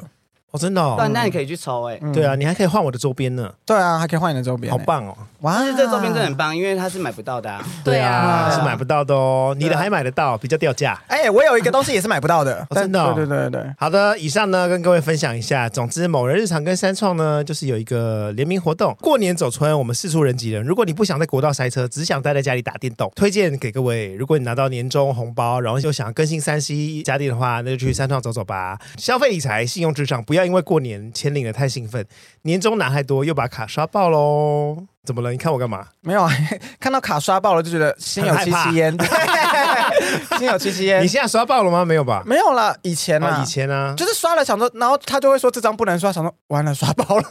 哦，真的哦，
但那你可以去抽哎、
嗯
对啊，，你还可以换我的周边呢，
对啊，还可以换你的周边、
好！棒哦！
哇，
但是这周边真的很棒，因为它是买不到的、啊。
对啊
啊，是买不到的哦，你
对
的
啊
还买得到，比较掉价。
哎、我有一个东西也是买不到的，但
真的哦
对对对对对，
好的，以上呢跟各位分享一下。总之，某人日常跟三创呢，就是有一个联名活动，过年走春，我们四处人挤人。如果你不想在国道塞车，只想待在家里打电动，推荐给各位。如果你拿到年终红包，然后又想要更新三 C 家电的话，那就去三创走走吧。消费理财，信用至上，不要因为过年钱领的太兴奋，年终拿太多又把卡刷爆喽。怎么了？你看我干嘛？
没有啊， 看到卡刷爆了就觉得心有戚戚焉， 对心有戚戚
你
焉。
现在刷爆了吗？没有吧？
没有了，以前啊，
哦以前啊，
就是刷了，想说，然后他就会说这张不能刷，想说完了刷爆 了，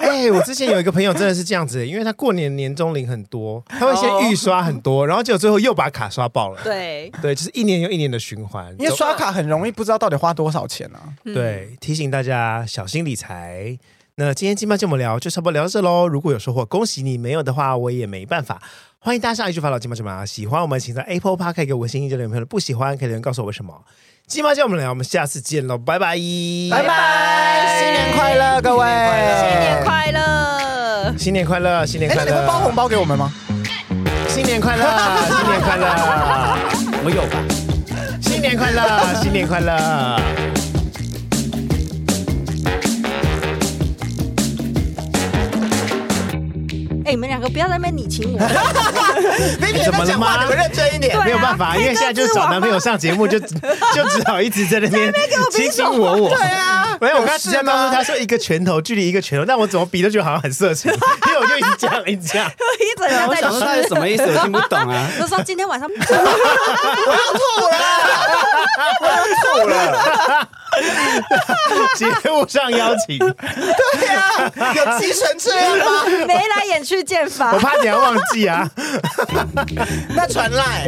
哎、我之前有一个朋友真的是这样子、因为他过年年终领很多，他会
哦
先预刷很多，然后结果最后又把卡刷爆了。
对，
对，就是一年又一年的循环。
因为刷卡很容易不知道到底花多少钱啊。
嗯，
对，提醒大家小心理财。那今天金麦这么聊就差不多聊到这喽。如果有收获，恭喜你；没有的话，我也没办法。欢迎大家上一句发到金麦这么喜欢我们，请在 Apple Park 给我们五星意见留言评论；不喜欢可以留言告诉我为什么。金麦叫我们聊，我们下次见喽，拜拜，
拜拜，新年快乐，各位，
新年快乐，
新年快乐，新年
哎，那
快
你
乐，
会包红包给我们吗？
新年快乐，新年快乐。
我有吧？
新年快乐， 新年快乐。
哎，你们两个不要在那边你 情我愿。
你
怎么了吗
你们认真一点。
对啊
没有办法，因为现在就是找男朋友上节 目，就就只好一直在那边卿卿我我。对啊，没有，我刚才直接告诉他说一个拳头距离一个拳头，但我怎么比都觉得好像很色 情，因为我就一直这样一直这样。
一整天
啊我
在
想说到底什么意思，我听不懂啊。
就说今天晚上
节目上邀 请，
对啊，有气成这样吗？
眉来眼去剑法
我。怕你要忘记啊。
那传赖。